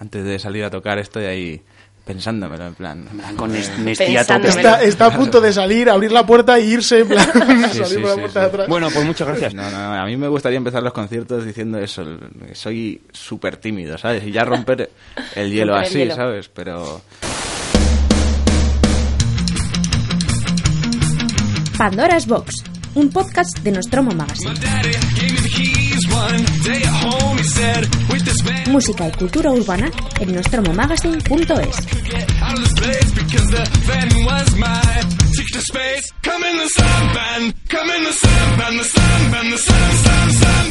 Antes de salir a tocar estoy ahí pensándomelo, en plan... En plan, Con Nestía a tope. Está, está a punto de salir, abrir la puerta e irse. En plan, salir sí, por la sí, puerta sí. de atrás. Bueno, pues muchas gracias. No, no, a mí me gustaría empezar los conciertos diciendo eso, el- que soy súper tímido, ¿sabes? Y ya romper el hielo Romper el así, hielo. ¿sabes? Pero... Pandora's Box, un podcast de Nostromo Magazine. Música y cultura urbana en nostromomagazine.es.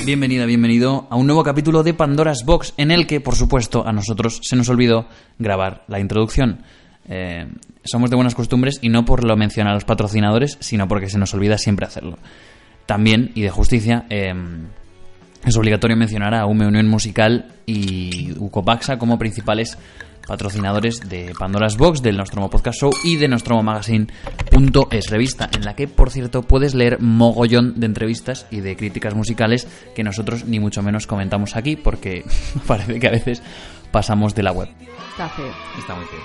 Bienvenida, bienvenido a un nuevo capítulo de Pandora's Box, en el que, por supuesto, a nosotros se nos olvidó grabar la introducción. Eh, somos de buenas costumbres y no por lo mencionar a los patrocinadores, sino porque se nos olvida siempre hacerlo. También, y de justicia, eh, es obligatorio mencionar a Ume Unión Musical y Ucopaxa como principales patrocinadores de Pandora's Box, del Nostromo Podcast Show y de nostromomagazine.es, revista en la que, por cierto, puedes leer mogollón de entrevistas y de críticas musicales que nosotros ni mucho menos comentamos aquí porque parece que a veces pasamos de la web. Está feo. Está muy feo.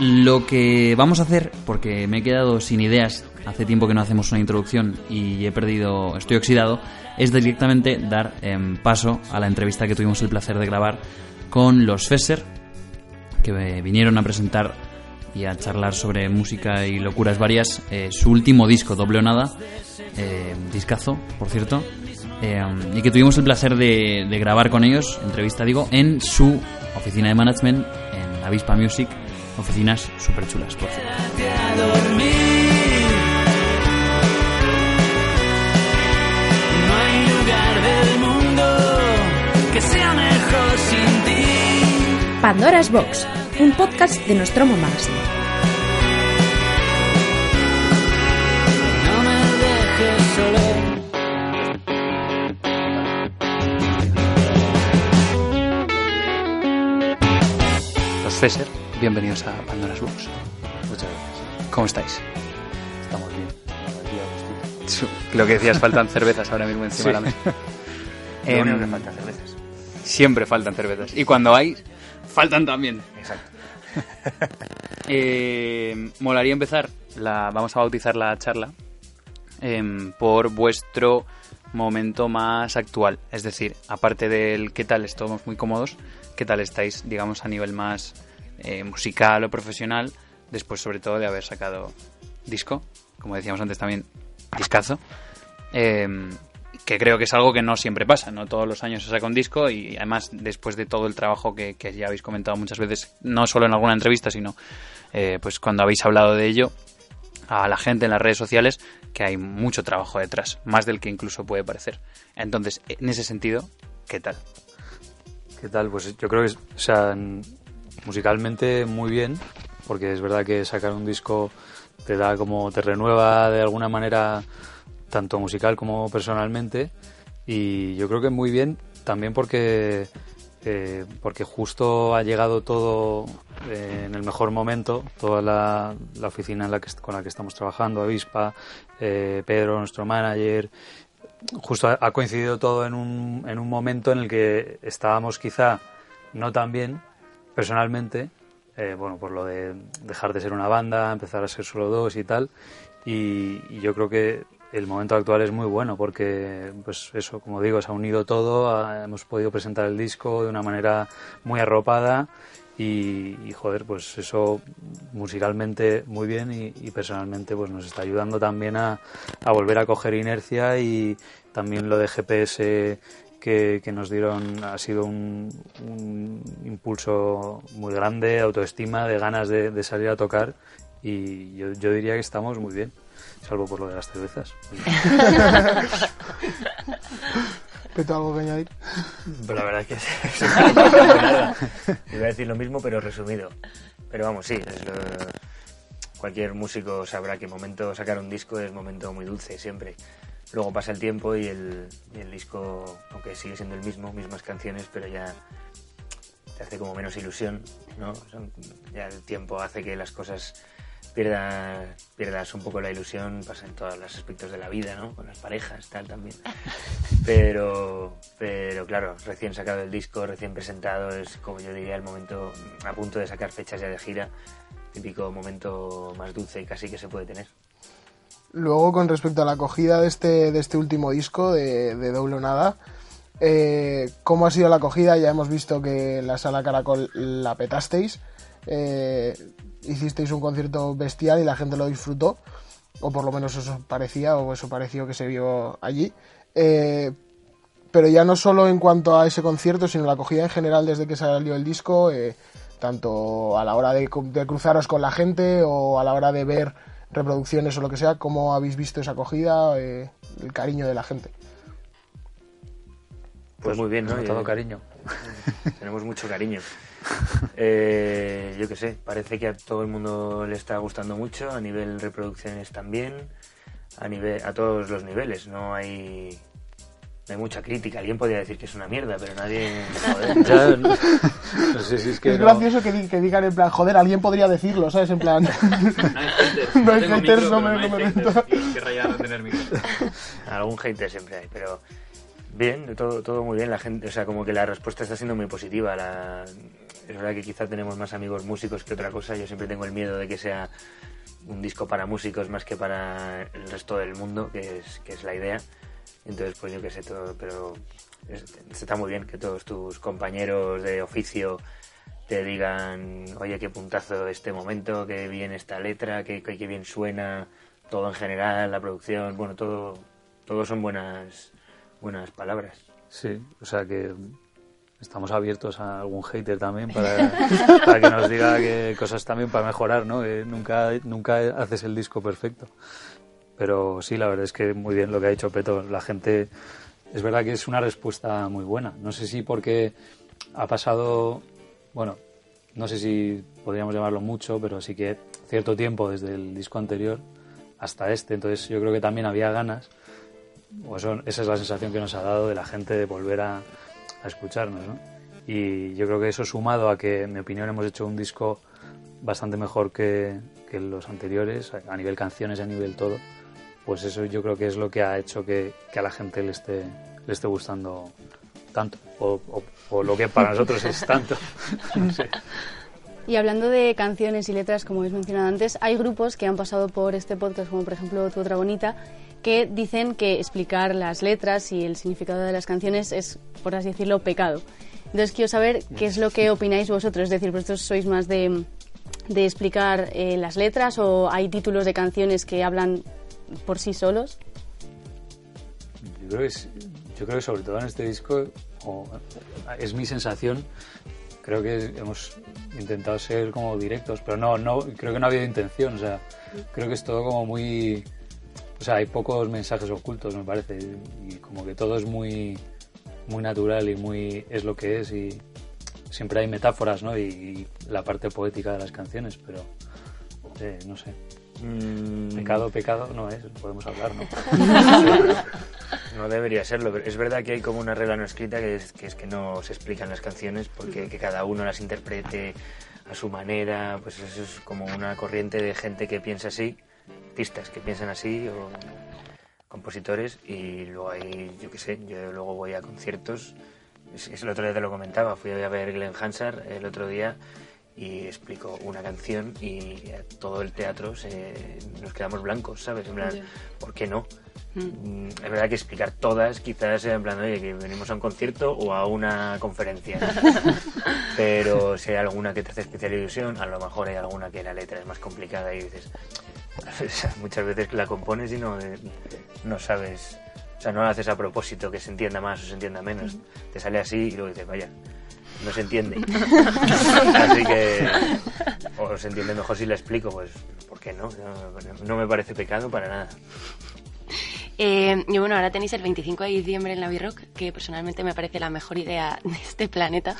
Lo que vamos a hacer, porque me he quedado sin ideas, hace tiempo que no hacemos una introducción y he perdido, estoy oxidado, es directamente dar em, paso a la entrevista que tuvimos el placer de grabar con los Fesser, que eh, vinieron a presentar y a charlar sobre música y locuras varias eh, su último disco, Doble o Nada, eh, discazo, por cierto, eh, y que tuvimos el placer de, de grabar con ellos, entrevista digo, en su oficina de management, en Avispa Music, oficinas súper chulas, por cierto. Pandora's Box, un podcast de Nostromo Magazine. Los Fesser, bienvenidos a Pandora's Box. Muchas gracias. ¿Cómo estáis? Estamos bien. Lo que decías, faltan cervezas ahora mismo encima de la mesa. Lo Em, único que falta cervezas. Siempre faltan cervezas. Y cuando hay, faltan también. Exacto. Eh, molaría empezar, la, vamos a bautizar la charla, em, por vuestro momento más actual. Es decir, aparte del qué tal estamos muy cómodos, qué tal estáis, digamos, a nivel más eh, musical o profesional, después sobre todo de haber sacado disco, como decíamos antes también, discazo, em, que creo que es algo que no siempre pasa, no todos los años se saca un disco y además después de todo el trabajo que, que ya habéis comentado muchas veces, no solo en alguna entrevista, sino eh, pues cuando habéis hablado de ello a la gente en las redes sociales que hay mucho trabajo detrás, más del que incluso puede parecer. Entonces, en ese sentido, ¿qué tal? ¿Qué tal? Pues yo creo que, es- o sea, n- musicalmente muy bien, porque es verdad que sacar un disco te da como, te renueva de alguna manera, tanto musical como personalmente. Y yo creo que muy bien también porque, eh, porque justo ha llegado todo eh, en el mejor momento, toda la, la oficina en la que, est- con la que estamos trabajando, Avispa, eh, Pedro, nuestro manager, justo ha- ha coincidido todo en un, en un momento en el que estábamos quizá no tan bien personalmente, eh, bueno, por lo de dejar de ser una banda, empezar a ser solo dos y tal, y, y yo creo que el momento actual es muy bueno porque, pues eso, como digo, se ha unido todo, ha- hemos podido presentar el disco de una manera muy arropada y, y, joder, pues eso musicalmente muy bien y, y personalmente pues nos está ayudando también a, a volver a coger inercia y también lo de GPS que, que nos dieron ha sido un, un impulso muy grande, de autoestima, de ganas de, de salir a tocar y yo, yo diría que estamos muy bien, salvo por lo de las cervezas. Peto, algo que añadir. Pues la verdad es que sí. Nada. Iba a decir lo mismo, pero resumido. Pero vamos, sí. es lo- Cualquier músico sabrá que momento sacar un disco es momento muy dulce, siempre. Luego pasa el tiempo y el, y el disco, aunque sigue siendo el mismo, mismas canciones, pero ya te hace como menos ilusión, ¿no? Son- ya el tiempo hace que las cosas pierdan, pierdas un poco la ilusión, pasa en todos los aspectos de la vida, ¿no? Con las parejas, tal también. Pero, pero claro, recién sacado el disco, recién presentado, es como yo diría el momento a punto de sacar fechas ya de gira, típico momento más dulce casi que se puede tener. Luego, con respecto a la acogida de este, de este último disco, de, de Doble o Nada, eh, ¿cómo ha sido la acogida? Ya hemos visto que en la sala Caracol la petasteis, eh, hicisteis un concierto bestial y la gente lo disfrutó, o por lo menos eso parecía, o eso pareció que se vio allí. Eh, pero ya no solo en cuanto a ese concierto, sino la acogida en general desde que salió el disco, eh, tanto a la hora de, cu- de cruzaros con la gente o a la hora de ver reproducciones o lo que sea, ¿cómo habéis visto esa acogida, eh, el cariño de la gente? Pues muy bien, ¿no? He notado Yo- cariño. Tenemos mucho cariño. Eh, yo qué sé, parece que a todo el mundo le está gustando mucho, a nivel reproducciones también, a, nivel, a todos los niveles. No hay, no hay mucha crítica. Alguien podría decir que es una mierda, pero nadie. joder, Ya, no, no sé si es que es no- gracioso que, di- que digan en plan, joder, alguien podría decirlo, ¿sabes? En plan, No hay haters, no me comento. Qué rayado tener micro. Algún hater siempre hay, pero bien, todo, todo muy bien. La gente, o sea, como que la respuesta está siendo muy positiva. La, es verdad que quizá tenemos más amigos músicos que otra cosa. Yo siempre tengo el miedo de que sea un disco para músicos más que para el resto del mundo, que es, que es la idea. Entonces, pues yo qué sé, todo, pero es- está muy bien que todos tus compañeros de oficio te digan, oye, qué puntazo este momento, qué bien esta letra, qué, qué- qué bien suena, todo en general, la producción, bueno, todo, todo son buenas, buenas palabras. Sí, o sea que estamos abiertos a algún hater también para, para que nos diga que cosas también para mejorar, ¿no? Que nunca, nunca haces el disco perfecto. Pero sí, la verdad es que muy bien lo que ha dicho Peto. La gente, es verdad que es una respuesta muy buena. No sé si porque ha pasado, bueno, no sé si podríamos llamarlo mucho, pero sí que cierto tiempo desde el disco anterior hasta este. Entonces yo creo que también había ganas o eso- esa es la sensación que nos ha dado de la gente de volver a, a escucharnos, ¿no? Y yo creo que eso sumado a que, en mi opinión, hemos hecho un disco bastante mejor que, que los anteriores, a a nivel canciones, a nivel todo, pues eso yo creo que es lo que ha hecho que, que a la gente le esté, le esté gustando tanto, o, o- o lo que para nosotros es tanto. No sé. Y hablando de canciones y letras, como habéis mencionado antes, hay grupos que han pasado por este podcast, como por ejemplo Tu Otra Bonita, que dicen que explicar las letras y el significado de las canciones es, por así decirlo, pecado. Entonces quiero saber qué es lo que opináis vosotros, es decir, vosotros sois más de, de explicar eh, las letras o hay títulos de canciones que hablan por sí solos. Yo creo que, es- yo creo que sobre todo en este disco, o- es mi sensación, creo que hemos intentado ser como directos, pero no, no creo que no ha habido intención, o sea, creo que es todo como muy... O sea, hay pocos mensajes ocultos, me parece, y como que todo es muy, muy natural y muy es lo que es, y siempre hay metáforas, ¿no? Y, y la parte poética de las canciones, pero eh, no sé. Mm. Pecado, pecado no es, podemos hablar, ¿no? No debería serlo, pero es verdad que hay como una regla no escrita que es que, es que no se explican las canciones porque que cada uno las interprete a su manera, pues eso es como una corriente de gente que piensa así, artistas que piensan así o compositores y luego hay, yo qué sé, yo luego voy a conciertos, es, es el otro día te lo comentaba, fui a ver Glenn Hansard el otro día y explicó una canción y a todo el teatro se- nos quedamos blancos, ¿sabes? En plan, ¿por qué no? Mm, Es verdad que explicar todas quizás sea en plan, oye, que venimos a un concierto o a una conferencia. Pero si hay alguna que te hace especial ilusión, a lo mejor hay alguna que la letra es más complicada y dices, o sea, muchas veces la compones y no, eh, no sabes, o sea, no la haces a propósito que se entienda más o se entienda menos. Te sale así y luego dices, vaya, no se entiende. Así que, o se entiende mejor si la explico, pues, ¿por qué no? No, no me parece pecado para nada. Eh, y bueno, ahora tenéis el 25 de diciembre en la B-Rock, que personalmente me parece la mejor idea de este planeta.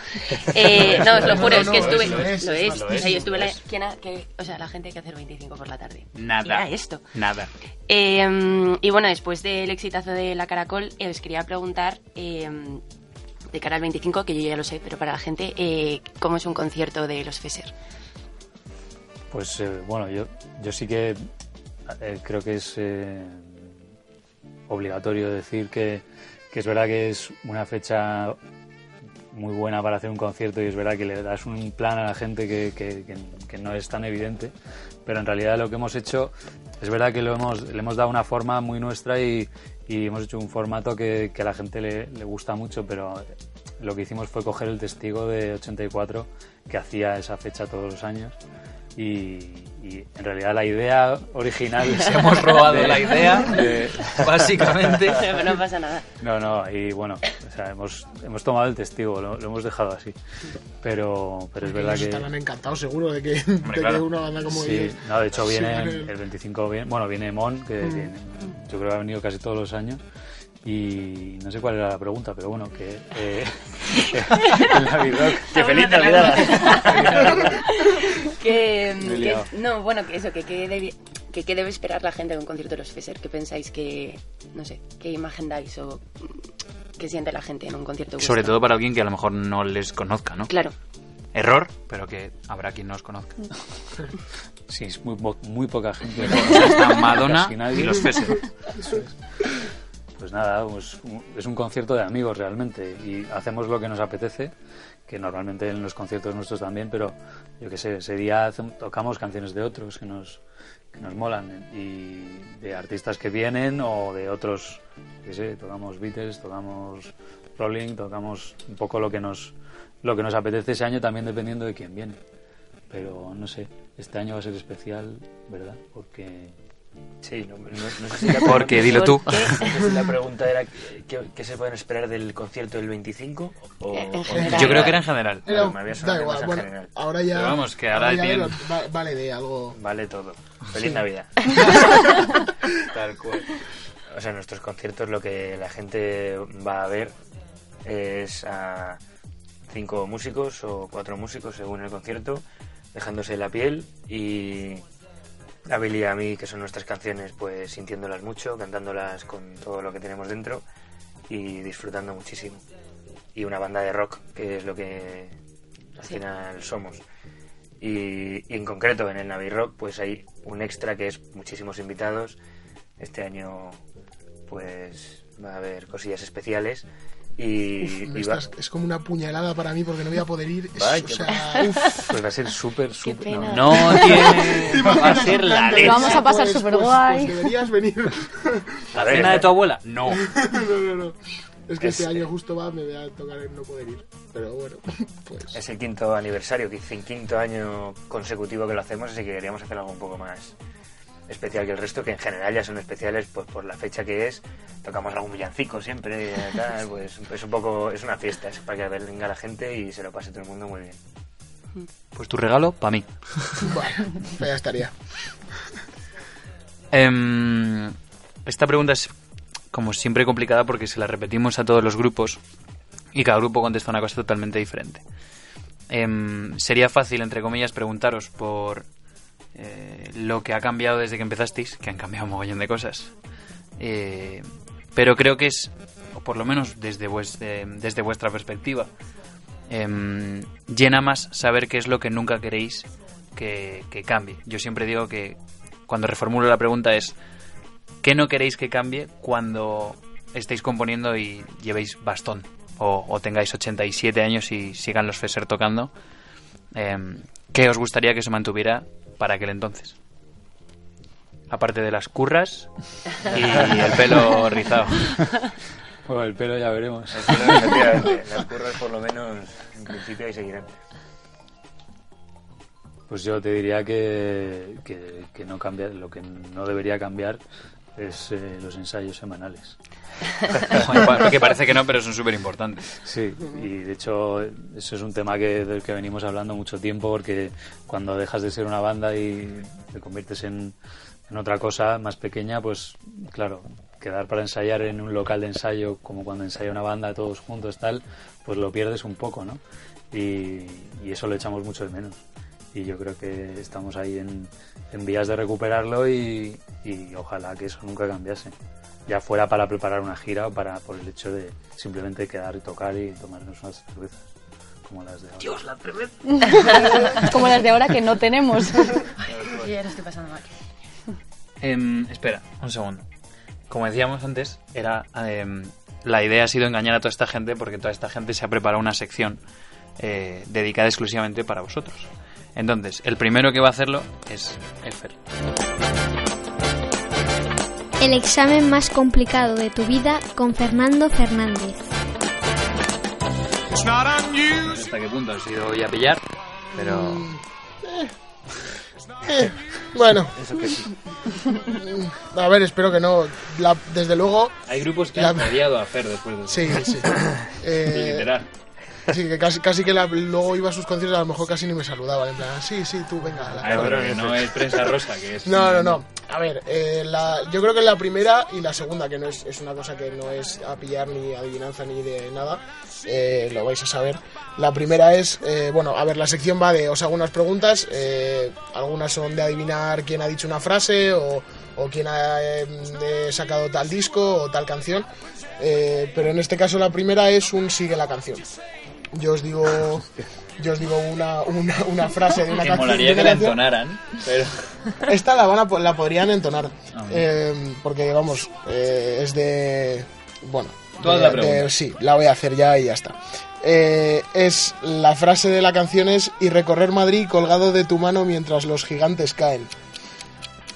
Eh, no, os lo No, juro, no, es que no, estuve. es, lo es, lo es. lo O sea, es, yo estuve. lo la- es. ¿quién ha- qué- o sea, la gente hay que hacer 25 por la tarde. Nada. ¿Qué era esto? Nada. Eh, mm, y bueno, después del exitazo de La Caracol, eh, os quería preguntar, eh, de cara al 25, que yo ya lo sé, pero para la gente, eh, ¿cómo es un concierto de los Feser? Pues eh, bueno, yo, yo sí que eh, creo que es eh, obligatorio decir que, que es verdad que es una fecha muy buena para hacer un concierto y es verdad que le das un plan a la gente que, que- que- que no es tan evidente, pero en realidad lo que hemos hecho es verdad que lo hemos, le hemos dado una forma muy nuestra y, y hemos hecho un formato que, que a la gente le, le gusta mucho, pero lo que hicimos fue coger el testigo de 84 que hacía esa fecha todos los años. Y, y en realidad la idea original Les hemos robado la idea, básicamente. Pero no pasa nada. no, no, y bueno, o sea, hemos, hemos tomado el testigo, lo, lo hemos dejado así. Pero, pero es verdad Ellos que. estarán encantados, seguro, de que, de que claro. una banda como sí, ellos. no, de hecho Sí, viene pero- el 25, viene, bueno, viene Mon, que Mm. viene- yo creo que ha venido casi todos los años. Y no sé cuál era la pregunta, pero bueno, que. Eh, en la Bidoc- Que feliz Navidad. que, Me he que- liado. no, bueno, que eso, que qué debe, que qué debe esperar la gente de un concierto de los Feser, qué pensáis que, no sé, qué imagen dais o mm, qué siente la gente en un concierto. vuestro? Sobre todo para alguien que a lo mejor no les conozca, ¿no? Claro. Error, pero que habrá quien no os conozca. Sí, es muy, po- muy poca gente. Está Madonna Casi nadie. y los Feser. Eso es. Pues nada, pues, un- es un concierto de amigos realmente y hacemos lo que nos apetece, que normalmente en los conciertos nuestros también, pero yo qué sé, ese día hacem- tocamos canciones de otros que nos, que nos molan eh, y de artistas que vienen o de otros, yo qué sé, tocamos Beatles, tocamos Rolling, tocamos un poco lo que nos, lo que nos apetece ese año también dependiendo de quién viene. Pero no sé, este año va a ser especial, ¿verdad? Porque... Sí, no, no- no sé si la Porque, pregunta- dilo tú. No sé si la pregunta era ¿qué, qué se pueden esperar del concierto del 25? O, Eh, en o- general. Yo creo que era en general. Era- Vale, me había sonado da que igual, más en bueno, ah. general. ahora ya. Pero vamos, que ahora ya tienen- lo- va- vale de algo. Vale todo. Feliz Navidad. Tal cual. O sea, en nuestros conciertos lo que la gente va a ver es a cinco músicos o cuatro músicos según el concierto, dejándose la piel y a Billy y a mí, que son nuestras canciones, pues sintiéndolas mucho, cantándolas con todo lo que tenemos dentro y disfrutando muchísimo. Y una banda de rock, que es lo que al Sí. final somos. Y, y en concreto en el Navi Rock pues hay un extra que es muchísimos invitados. Este año pues va a haber cosillas especiales y, Uf, me y va, estás- es como una puñalada para mí porque no voy a poder ir. Es- Vaya. o sea, uf, Pues va a ser súper, súper... pena. No tiene. Va a imaginas ser un la plan de- leche. Lo vamos a pasar Pues- pues- superguay. pues deberías venir. a ¿La ver, cena de tu abuela? No. no, no, no. Es que Es- este año justo va, me voy a tocar no poder ir. Pero bueno, pues. Es el quinto aniversario, quizá el quinto año consecutivo que lo hacemos, así que queríamos hacer algo un poco más especial que el resto, que en general ya son especiales pues por la fecha que es. Tocamos algún villancico siempre, tal, pues es un poco, es una fiesta, es para que venga la gente y se lo pase todo el mundo muy bien. Pues tu regalo, para mí. Bueno, pues ya estaría. Em, esta pregunta es, como siempre, complicada porque se la repetimos a todos los grupos y cada grupo contesta una cosa totalmente diferente. Em, sería fácil, entre comillas, preguntaros por eh, lo que ha cambiado desde que empezasteis, que han cambiado un mogollón de cosas. Eh, pero creo que es, o por lo menos desde, vues- eh, desde vuestra perspectiva, em, llena más saber qué es lo que nunca queréis que, que cambie. Yo siempre digo que cuando reformulo la pregunta es ¿qué no queréis que cambie cuando estéis componiendo y llevéis bastón? O, o tengáis 87 años y sigan los Feser tocando. Em, ¿Qué os gustaría que se mantuviera para aquel entonces? Aparte de las curras y el pelo rizado. Bueno, el pelo ya veremos. Efectivamente, las curras por lo menos en principio ahí seguirán. Pues yo te diría que, que, que no cambia, lo que no debería cambiar es eh, los ensayos semanales. que parece que no, pero son súper importantes. Sí, y de hecho eso es un tema que, del que venimos hablando mucho tiempo porque cuando dejas de ser una banda y te conviertes en, en otra cosa más pequeña, pues claro, quedar para ensayar en un local de ensayo, como cuando ensaya una banda todos juntos, tal, pues lo pierdes un poco, ¿no? Y, y eso lo echamos mucho de menos. Y yo creo que estamos ahí en, en vías de recuperarlo y, y ojalá que eso nunca cambiase. Ya fuera para preparar una gira o para, por el hecho de simplemente quedar y tocar y tomarnos unas cervezas, como las de ahora. Como las de ahora que no tenemos. Yo ya lo estoy pasando mal. Em, espera, un segundo. Como decíamos antes, era em, la idea ha sido engañar a toda esta gente porque toda esta gente se ha preparado una sección eh, dedicada exclusivamente para vosotros. Entonces, el primero que va a hacerlo es Efer. El examen más complicado de tu vida con Fernando Fernández. ¿Hasta qué punto has ido hoy a pillar? Pero Bueno. A ver, espero que no. La- desde luego, hay grupos Pues que La- han odiado a Fer después de sí, sí. Sí, Eh, literal. sí, que casi, casi que la- luego iba a sus conciertos, a lo mejor casi ni me saludaban. En plan, sí, sí, tú, venga. a la A ver, pero que no es prensa rosa, que es. No, no, no. A ver, eh, la- yo creo que la primera y la segunda, que no es, es una cosa que no es a pillar ni adivinanza ni de nada, eh, lo vais a saber. La primera es, eh, bueno, a ver, la sección va de, os hago unas preguntas, eh, algunas son de adivinar quién ha dicho una frase o, o quién ha eh, eh, sacado tal disco o tal canción, eh, pero en este caso la primera es un sigue la canción. Yo os digo... Yo os digo una, una, una frase de una Que canción. de molaría que una la canción. entonaran, pero. Esta la, van a- la podrían entonar. Ah, bueno. eh, porque, vamos, eh, es de. Bueno. Tú haz de- la pregunta. de- sí, la voy a hacer ya y ya está. Eh, es la frase de la canción es y recorrer Madrid colgado de tu mano mientras los gigantes caen.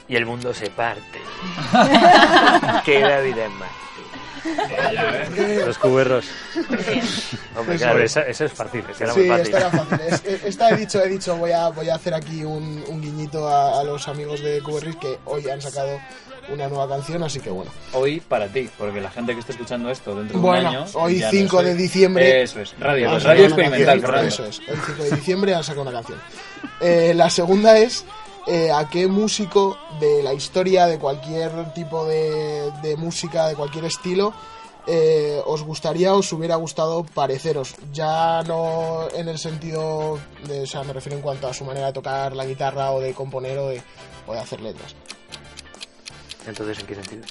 Y el mundo se parte. Queda vida en Marte. Los cuberros. Hombre, Eso claro, es. esa, esa es fácil, esa era sí, muy fácil. esta era fácil. Es- es- esta he dicho, he dicho, voy a, voy a hacer aquí un, un guiñito a, a los amigos de Cuberris que hoy han sacado una nueva canción, así que bueno. Hoy para ti, porque la gente que esté escuchando esto dentro de Bueno, un año. hoy ya no 5 estoy- de diciembre. Eso es, radio, Ah, radio, sí, una experimental, canción, Fernando. Eso es, el 5 de diciembre han sacado una canción. Eh, la segunda es eh, a qué músico de la historia, de cualquier tipo de, de música, de cualquier estilo, eh, os gustaría, os hubiera gustado pareceros. Ya no en el sentido, de, o sea, me refiero en cuanto a su manera de tocar la guitarra o de componer o de, o de hacer letras. Entonces, ¿en qué sentido?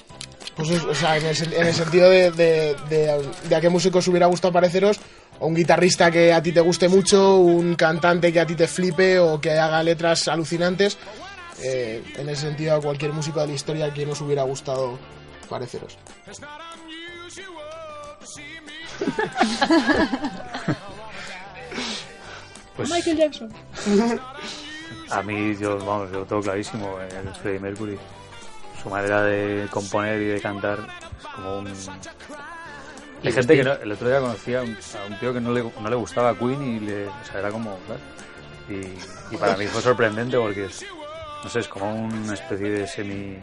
Pues es- o sea, en el, sen- en el sentido de, de- de- de a qué músico os hubiera gustado pareceros, o un guitarrista que a ti te guste mucho, un cantante que a ti te flipe o que haga letras alucinantes, eh, en el sentido de cualquier músico de la historia que nos hubiera gustado pareceros. Pues Michael Jackson. a mí, yo, vamos, yo lo tengo clarísimo, el Freddie Mercury. Su manera de componer y de cantar es como un... Hay gente que no- el otro día conocía a un, a un tío que no le, no le gustaba Queen y le, o sea, era como... tal. Y, y para mí fue sorprendente porque es, no sé, es como una especie de semi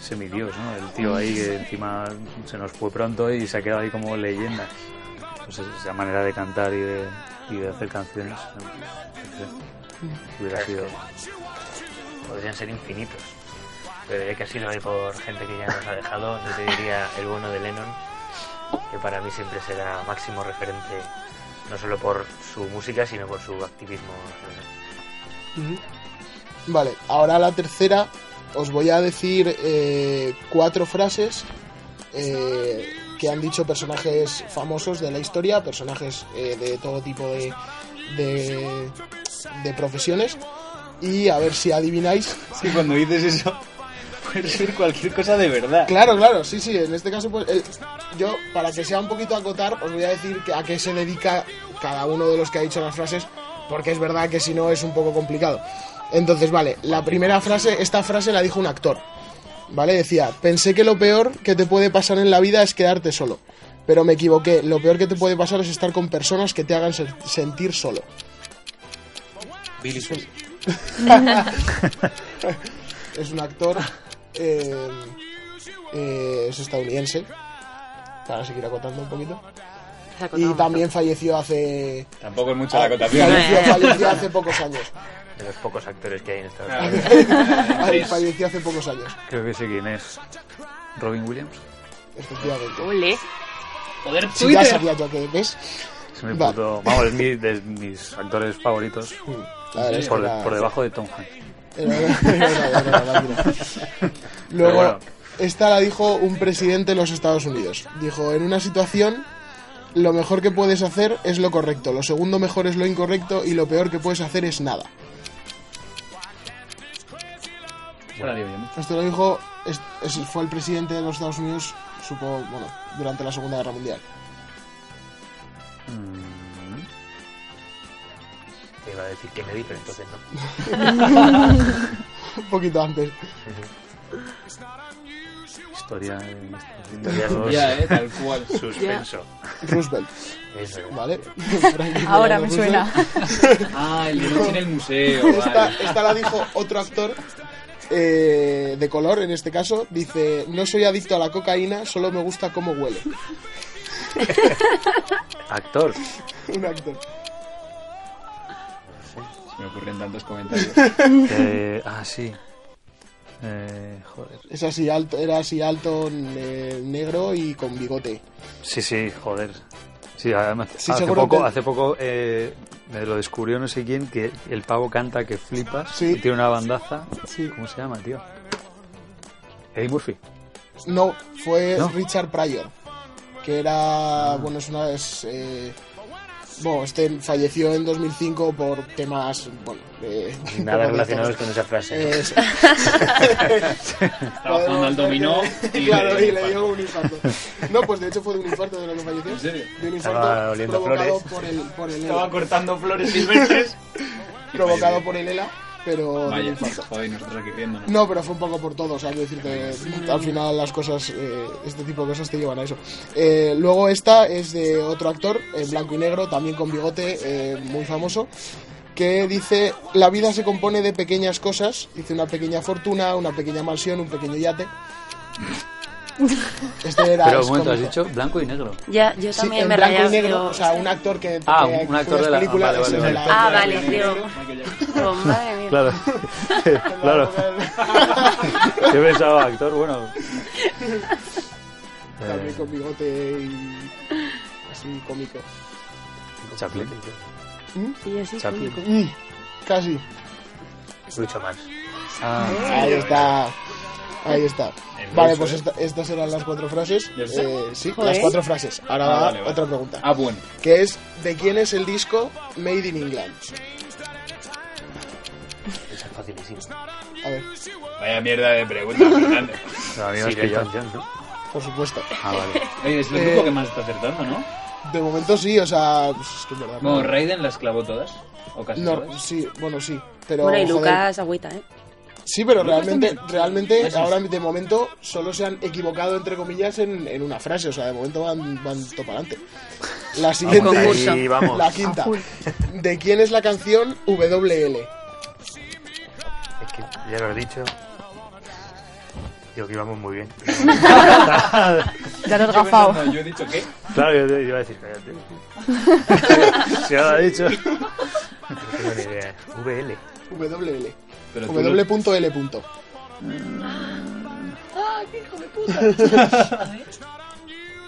semidios, ¿no? El tío ahí que encima se nos fue pronto y se ha quedado ahí como leyenda. Entonces, esa manera de cantar y de, y de hacer canciones, no sé, hubiera sido... Podrían ser infinitos. Pero ya que así lo hay por gente que ya nos ha dejado, yo te diría el bueno de Lennon, que para mí siempre será máximo referente, no solo por su música, sino por su activismo. Vale, ahora la tercera, os voy a decir eh, cuatro frases eh, que han dicho personajes famosos de la historia, personajes eh, de todo tipo de, de, de profesiones. Y a ver si adivináis. Sí, cuando dices eso, puede ser cualquier cosa de verdad. Claro, claro, sí, sí. En este caso, pues el- yo, para que sea un poquito acotar, os voy a decir que a qué se dedica cada uno de los que ha dicho las frases, porque es verdad que si no es un poco complicado. Entonces, vale, la primera frase, esta frase la dijo un actor. ¿Vale? Decía, pensé que lo peor que te puede pasar en la vida es quedarte solo. Pero me equivoqué, lo peor que te puede pasar es estar con personas que te hagan ser- sentir solo. Billy Swan. Es un actor eh, eh, es estadounidense, para seguir acotando un poquito. Se ha acotado Y mucho. también falleció hace. Tampoco es Ah, mucha la acotación. ¿eh? Falleció, falleció hace pocos años. De los pocos actores que hay en Estados Unidos. Ay, falleció hace pocos años. Creo que sé quién es. Robin Williams. Efectivamente. Ole. Poder Sí, ya sabía yo que ves. Es mi Vale. puto- vamos, es mi- de mis actores favoritos. La verdad es por, que era- por debajo de Tom Hanks. Era- era- era una máquina. Luego, Pero bueno. esta la dijo un presidente de los Estados Unidos. Dijo, en una situación, lo mejor que puedes hacer es lo correcto, lo segundo mejor es lo incorrecto y lo peor que puedes hacer es nada. Esto lo dijo, es- es- fue el presidente de los Estados Unidos, supo, bueno, durante la Segunda Guerra Mundial. Te iba a decir que me di, pero entonces no. un poquito antes. Historia en Ya, eh, tal cual. Suspenso. Roosevelt. Eso. ¿Vale? Ahora me suena. Ah, el de noche en el museo. Esta, vale. esta la dijo otro actor eh, de color, en este caso. Dice, no soy adicto a la cocaína, solo me gusta cómo huele. Actor. Un actor. Se me ocurren tantos comentarios. Eh, ah, sí. Eh, joder. Es así alto, era así alto, ne- negro y con bigote. Sí, sí, joder. Sí, además, Sí, hace, seguro poco, que- hace poco eh, me lo descubrió no sé quién que el pavo canta que flipas Sí. y tiene una bandaza. Sí. ¿Cómo se llama, tío? Eddie Murphy. No, fue ¿No? Richard Pryor, que Ah. era, bueno, es una es, eh, bueno, este falleció en 2005 por temas, bueno, eh, Nada un poco de relacionados todo. con esa frase. Es- Estaba jugando al dominó y claro, le- y le dio un infarto. No, pues de hecho fue de un infarto de lo que falleció. ¿En serio? De un Estaba infarto oliendo provocado flores. por el, por el Estaba ELA. cortando flores silvestres. Provocado por el ELA, pero de un Vaya, infarto. joder, y nosotros aquí riéndonos. No, pero fue un poco por todo, o sea, quiero decir que al final las cosas, eh, este tipo de cosas te llevan a eso. Eh, luego esta es de otro actor, en blanco y negro, también con bigote, eh, muy famoso, que dice, la vida se compone de pequeñas cosas, dice una pequeña fortuna, una pequeña mansión, un pequeño yate. Este era... Pero es un momento, has cómico. dicho blanco y negro. Ya, yo Sí, también en me blanco rayaba, y negro, digo, o sea, un actor que... Ah, que un actúa actor en de la- películas, vale, es el vale, de vale. la- Ah, vale, digo, digo, madre mía. Claro, claro. Yo pensaba actor, bueno. Eh. También con bigote y... Así cómico. Chaplin. Y así, Chaplin. cómico. Mm, casi. Mucho más. Ah, Ahí está. Ahí está. Vale, ¿eh? pues esta- estas eran las cuatro frases. Eh, sí, Joder. las cuatro frases. Ahora va otra pregunta. Ah, bueno. Que es, ¿de quién es el disco Made in England? Esa es facilísima. A ver, Vaya mierda de pregunta, Fernando. no, a mí me has Sí, pillado. canción, ¿no? por supuesto. Ah, vale. Oye, es el Eh, grupo que más está acertando, ¿no? De momento sí, o sea... pues es que es verdad, Bueno, no- Raiden las clavó todas. O casi no, todas. sí, bueno, sí. Pero, Bueno, y joder, Lucas, agüita, ¿eh? Sí, pero realmente, también. realmente Gracias. ahora de momento solo se han equivocado, entre comillas, en, en una frase. O sea, de momento van, van topa adelante. La Vamos, siguiente es ahí vamos. la quinta. ¿De quién es la canción WL? Es que ya lo he dicho. Digo que íbamos muy bien. Ya lo has No, gafado. no, yo he dicho que. Claro, yo, yo iba a decir, cállate. Si ya lo ha dicho. No tengo ni idea. VL. WL. Pero tú lo- W.L.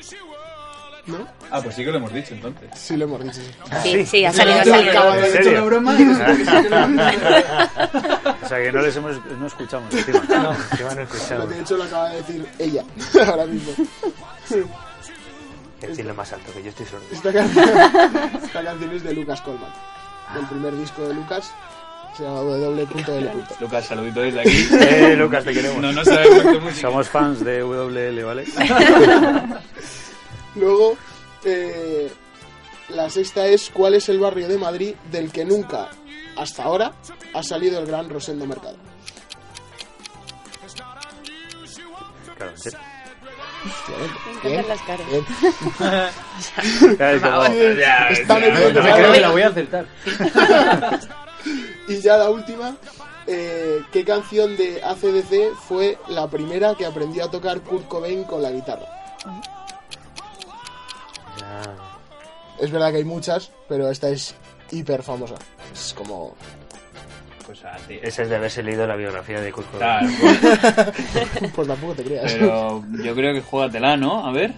¿No? Ah, pues sí que lo hemos dicho entonces. Sí, lo hemos dicho. sí. Sí, sí, ha salido, ha Yo salido. acabo de ¿En decir- serio? Ah. O sea, que no les hemos, no escuchamos encima. No, que van a escuchar. De hecho, lo acaba de decir ella, ahora mismo. Decirlo más alto, que yo estoy sordo. Esta canción, esta canción es de Lucas Colman. El primer disco de Lucas se llama W.L. Lucas, saludito desde aquí. Eh, Lucas, te queremos. No, no sabemos cuánto música. Somos fans de WL, ¿vale? Luego, eh, la sexta es ¿Cuál es el barrio de Madrid del que nunca, hasta ahora, ha salido el gran Rosendo Mercado? Claro, sí. Bien, las caras. bien. Ya, es Está como- No me nervioso. creo que la voy a acertar. Y ya la última, eh, ¿qué canción de ACDC fue la primera que aprendió a tocar Kurt Cobain con la guitarra? Ah, Es verdad que hay muchas, pero esta es hiper famosa. Es como... pues a ti- ese es de haberse leído la biografía de Kurt Claro, Cobain. pues- Pues tampoco te creas. Pero yo creo que juégatela, ¿no? A ver.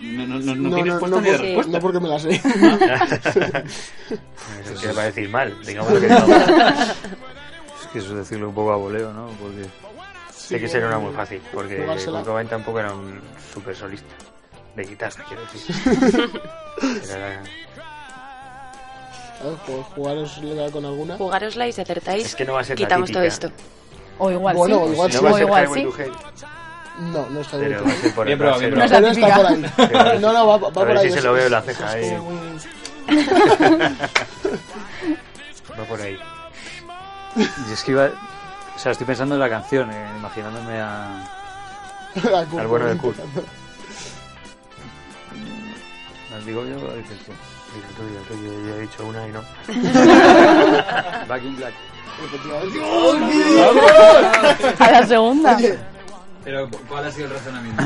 No, no, no, no tienes puesta ni por- respuesta. no porque me la sé. Eso se va a decir mal, digamos lo que no. Es que eso es decirlo un poco a voleo, ¿no? Porque Sé que será una muy fácil, porque Jugársela. Kurt Cobain tampoco era un super solista. De guitarra, quiero decir. Era- A ver, pues jugaros con alguna. Jugárosla y si acertáis, Es que no va a ser la quitamos todo típica. esto. O igual Bueno, sí. igual Si no sí. va a ser O igual Highway sí. to Hell. No, no es Highway Pero to va a Hell. ser por Bien el probado, rasero. bien probado. Pero está por ahí. Pero a ver No, no, va- va a por ver ahí, si se es- lo veo la es- ceja es ahí. Va por ahí. Y es que iba. O sea, estoy pensando en la canción, eh, imaginándome a. A Kurt Al bueno de Cobain Kurt. tocando. ¿Las digo yo o dices tú? Digo tú, digo tú, yo, yo he dicho una y no. Back in Black. Efectivamente. ¡Vamos! A la segunda. Oye, Pero, ¿cuál ha sido el razonamiento?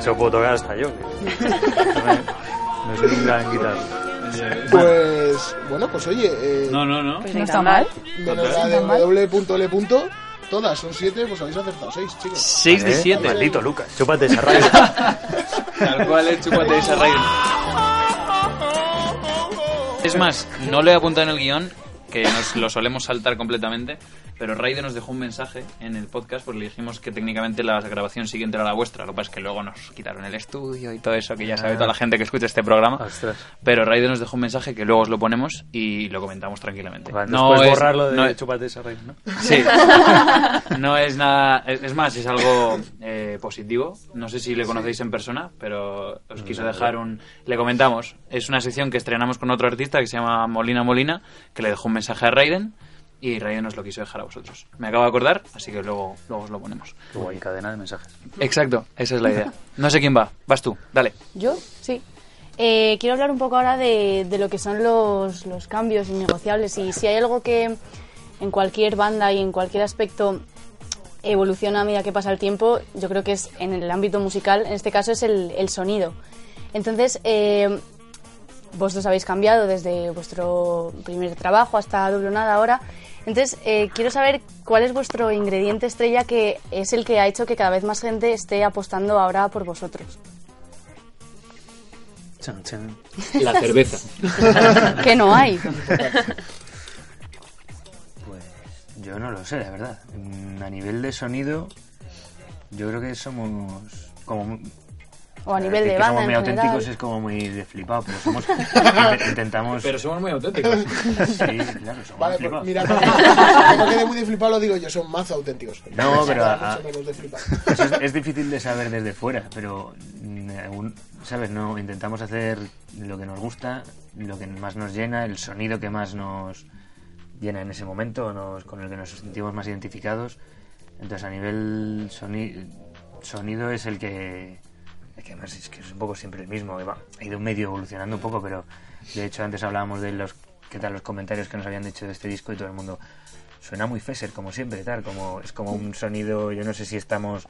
Se lo puedo tocar hasta yo. que- No, no soy un gran ¿eh? guitarra. Pues bueno, pues oye. eh, No, no, no. Pues no está mal. Menos la de W.L. punto, Todas son 7, pues habéis acertado 6, chicos. Seis de ¿Eh? siete. Maldito Lucas. Chúpate esa Tal cual, eh, chúpate esa raíz. Es más, no le he apuntado en el guión, que nos lo solemos saltar completamente, pero Raiden nos dejó un mensaje en el podcast porque le dijimos que técnicamente la grabación siguiente era la vuestra. Lo que pasa es que luego nos quitaron el estudio y todo eso que ya sabe toda la gente que escucha este programa. Ostras. Pero Raiden nos dejó un mensaje que luego os lo ponemos y lo comentamos tranquilamente. No, es- borrarlo de no es- chúpate esa raíz, ¿no? Sí. No es nada. Es, es más, es algo eh, positivo. No sé si le conocéis en persona, pero os quiso No, dejar un. Le comentamos. Es una sección que estrenamos con otro artista que se llama Molina Molina, que le dejó un mensaje a Raiden. Y Raiden nos lo quiso dejar a vosotros. Me acabo de acordar, así que luego, luego os lo ponemos. Qué guay, cadena de mensajes. Exacto, esa es la idea. No sé quién va. Vas tú, dale. ¿Yo? Sí. Eh, quiero hablar un poco ahora de, de lo que son los, los cambios innegociables y si hay algo que en cualquier banda y en cualquier aspecto evoluciona a medida que pasa el tiempo, yo creo que es en el ámbito musical, en este caso es el, el sonido. Entonces, eh, vosotros habéis cambiado desde vuestro primer trabajo hasta Doblonada ahora. Entonces, eh, quiero saber cuál es vuestro ingrediente estrella que es el que ha hecho que cada vez más gente esté apostando ahora por vosotros. Chan, chan. La cerveza. que no hay. Pues yo no lo sé, la verdad. Mm, A nivel de sonido, yo creo que somos como... muy- O a es nivel que de banda somos en muy auténticos general. es como muy de flipado, pero somos... int- intentamos... Pero somos muy auténticos. Sí, claro, somos Vale, pues flipados. mira, como, como quede muy de flipado, lo digo yo, son mazo auténticos. No, pero a- Mucho a- menos de flipado. Eso Pues es, es difícil de saber desde fuera, pero mm, aún, sabes, no intentamos hacer lo que nos gusta, lo que más nos llena, el sonido que más nos llena en ese momento, nos- con el que nos sentimos más identificados. Entonces a nivel soni- sonido es el que es que además es que es un poco siempre el mismo, que va- ha ido medio evolucionando un poco, pero de hecho antes hablábamos de los qué tal los comentarios que nos habían hecho de este disco y todo el mundo suena muy Fesser como siempre, tal, como es como un sonido, yo no sé si estamos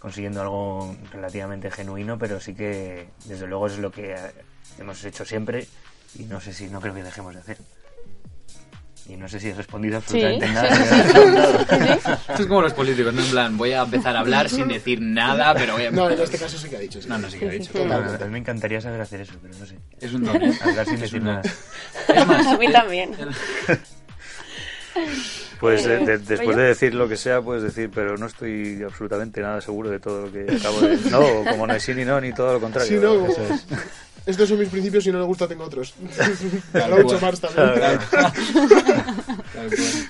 consiguiendo algo relativamente genuino, pero sí que desde luego es lo que eh, hemos hecho siempre y no sé si no creo que dejemos de hacer. Y no sé si he respondido absolutamente nada. Esto es como los políticos, ¿no? En plan, voy a empezar a hablar sin decir nada, pero voy a... No, en este caso sí que ha dicho. sí. No, no, sí que ha dicho. No, no, a mí me encantaría saber hacer eso, pero no sé. Es un don, ¿eh? Hablar sin Es decir un don. nada. A mí también. Pues Eh, de- de- ¿voy después yo? de decir lo que sea, puedes decir, pero no estoy absolutamente nada seguro de todo lo que acabo de decir. No, como no es sí ni no, ni todo lo contrario. Sí, no, Eso es. Estos son mis principios, si no le gusta tengo otros. A Groucho Marx también.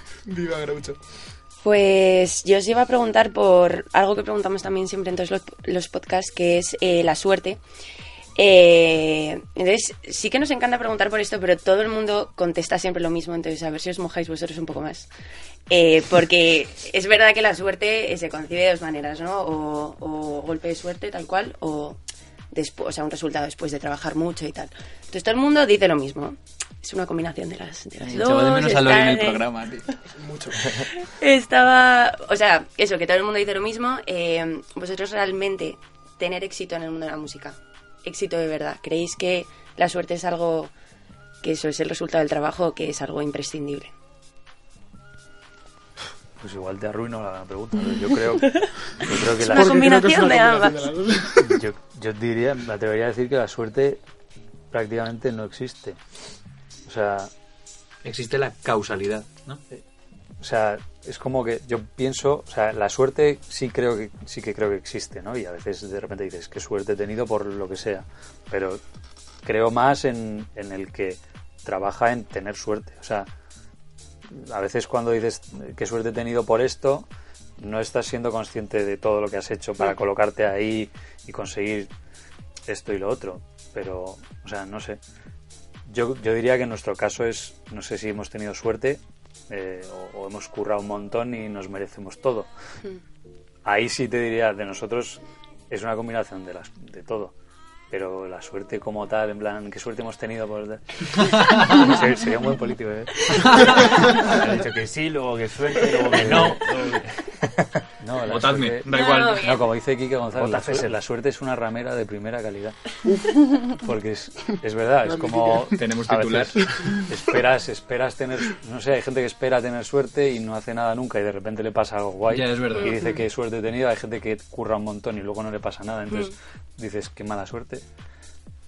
Viva Groucho. Pues yo os iba a preguntar por algo que preguntamos también siempre en todos los, los podcasts, que es eh, la suerte. Eh, entonces, sí que nos encanta preguntar por esto, pero todo el mundo contesta siempre lo mismo, entonces a ver si os mojáis vosotros un poco más. Eh, porque es verdad que la suerte eh, se concibe de dos maneras, ¿no? O, o golpe de suerte, tal cual, o, despu- o sea, un resultado después de trabajar mucho y tal. Entonces todo el mundo dice lo mismo. Es una combinación de las, de las Ay, dos. echaba de menos a Lori en el está- programa, tío. Mucho. estaba, o sea, eso, que todo el mundo dice lo mismo. eh, vosotros realmente tener éxito en el mundo de la música, éxito de verdad, ¿creéis que la suerte es algo que eso es el resultado del trabajo, que es algo imprescindible. Pues igual te arruino la pregunta. pero Yo creo, yo creo que Es la una Porque creo que es combinación una de combinación ambas. Yo, yo diría, me atrevería a decir que la suerte prácticamente no existe. O sea, Existe la causalidad, ¿no? o sea, es como que yo pienso, o sea, la suerte sí creo que sí que creo que existe, ¿no? Y a veces de repente dices, qué suerte he tenido por lo que sea, pero creo más en, en el que trabaja en tener suerte, o sea, a veces cuando dices qué suerte he tenido por esto, no estás siendo consciente de todo lo que has hecho para colocarte ahí y conseguir esto y lo otro, pero, o sea, no sé. Yo, yo diría que en nuestro caso es, no sé si hemos tenido suerte eh, o, o hemos currado un montón y nos merecemos todo. Ahí sí te diría, de nosotros es una combinación de, las, de todo. Pero la suerte como tal, en plan, qué suerte hemos tenido por... Sería- Sería un buen político, ¿eh? Ha dicho que sí, luego que suerte, luego que no. No, la Votadme, suerte- da igual. No, bien. No, como dice Quique González, Vota la suerte, Feser. la suerte es una ramera de primera calidad. Porque es, es verdad, es Grande como... Quique. Tenemos a veces titular. Esperas, esperas tener... No sé, hay gente que espera tener suerte y no hace nada nunca y de repente le pasa algo guay. Ya, es verdad. Y dice que suerte he tenido. Hay gente que curra un montón y luego no le pasa nada. Entonces Mm. dices, qué mala suerte.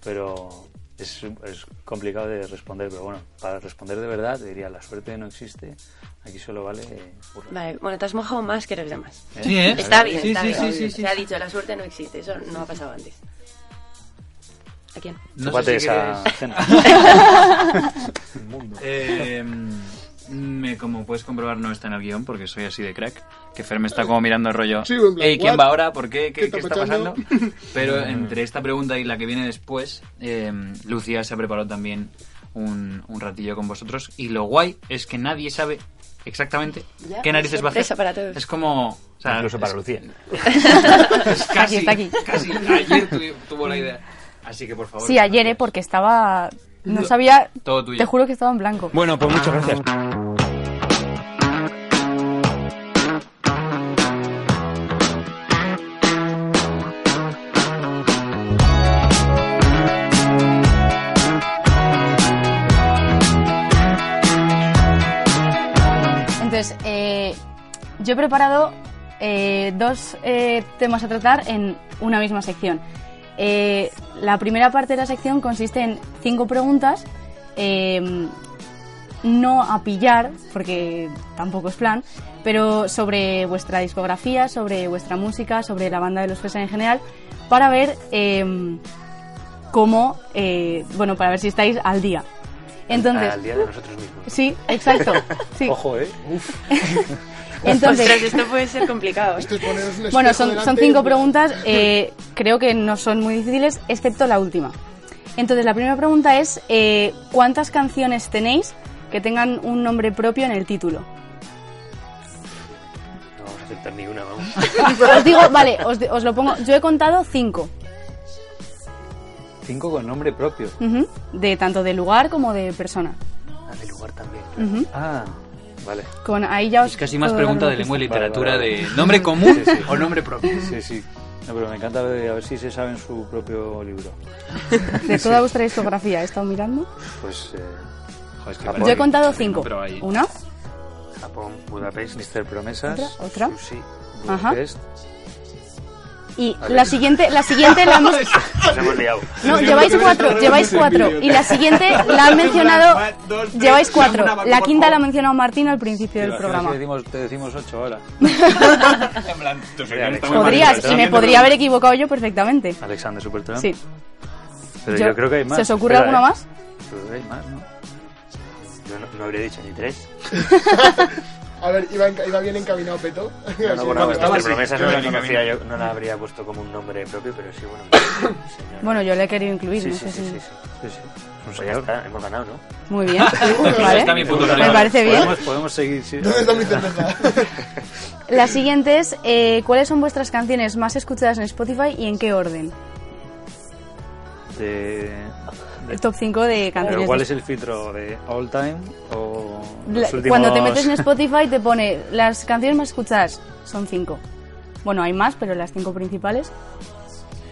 Pero... Es, es complicado de responder, pero bueno, para responder de verdad, te diría, la suerte no existe, aquí solo vale eh, currar. Vale, bueno, te has mojado más que los demás. Sí, ¿eh? Está bien, Sí, está sí, bien. sí, sí, Se ha dicho, la suerte no existe, eso no ha pasado antes. ¿A quién? No Chúpate sé si esa quieres- cena. El mundo. Eh, me- como puedes comprobar, no está en el guión porque soy así de crack. Que Fer me está como mirando el rollo. Sí, en plan, "Ey, ¿quién what? va ahora? ¿Por qué? ¿Qué, ¿Qué qué está está pasando? pasando? Pero entre esta pregunta y la que viene después, eh, Lucía se ha preparado también un, un ratillo con vosotros. Y lo guay es que nadie sabe exactamente Ya, qué narices va a hacer. sorpresa para todos. Es como. O sea, Incluso para es- Lucía. es Está aquí, casi, está aquí. casi. Ayer tu- tuvo la idea. Así que por favor. Sí, ayer, ¿eh? porque estaba... No Lo- sabía... todo tuyo. Te juro que estaba en blanco. Bueno, pues muchas gracias. Entonces, eh, yo he preparado eh, dos eh, temas a tratar en una misma sección. Eh, la primera parte de la sección consiste en cinco preguntas, eh, no a pillar, porque tampoco es plan, pero sobre vuestra discografía, sobre vuestra música, sobre la banda de los Fesa en general, para ver eh, cómo, eh, bueno, para ver si estáis al día. Entonces, Al día de nosotros mismos. sí, exacto. Sí. Ojo, ¿eh? Entonces- Ostras, esto puede ser complicado. Bueno, son, son cinco preguntas. eh, creo que no son muy difíciles, excepto la última. Entonces, la primera pregunta es, eh, ¿cuántas canciones tenéis que tengan un nombre propio en el título? No vamos a aceptar ni una, vamos. Os digo, vale, os, di- os lo pongo. Yo he contado cinco, Cinco con nombre propio. ujú, de tanto de lugar como de persona. Ah, de lugar también. Ujú. Ah, vale. Con ahí ya os Es casi más puedo dar pregunta una de pista. lengua y literatura Vale, vale, de vale. nombre común Sí, sí. o nombre propio. Sí, sí. No, pero me encanta ver- a ver si se sabe en su propio libro. De toda vuestra discografía, he estado mirando. Pues, eh, Yo he contado cinco. Una, Japón, Budapest, Mister Promesas. otra, otra. Sushi, Ajá. Budapest. Y Vale. la siguiente, la siguiente la hemos... Nos hemos liado. No, lleváis cuatro, lleváis cuatro. Y la siguiente la han mencionado. Lleváis cuatro. La quinta la ha mencionado Martín al principio del Imagina programa. si decimos- te decimos ocho ahora. Podrías, y me podría haber equivocado yo perfectamente. Alexander Ah, Supertramp. Sí. Pero Yo- yo, creo que hay más. ¿Se os ocurre Espera, alguna ¿eh? más? Creo que hay más, ¿no? Yo no, no habría dicho ni tres. A ver, iba, enca- iba bien encaminado Peto. No, Así, no, bueno, vamos, Mr. vamos. promesas no la conocía yo, no la habría puesto como un nombre propio, pero sí, bueno. señor. Bueno, yo le he querido incluir, Sí, no sí, sé sí, si. sí, sí, sí. Pues ya está, hemos ganado, ¿no? Muy bien. Ahí Vale. está mi punto de Me vista. parece bien. Podemos, podemos seguir. sí. La siguiente es: eh, ¿Cuáles son vuestras canciones más escuchadas en Spotify y en qué orden? De- El top 5 de Pero ¿Cuál canciones. es el filtro de all time o La- los últimos... Cuando te metes en Spotify te pone las canciones más escuchadas son cinco. Bueno, hay más, pero las cinco principales.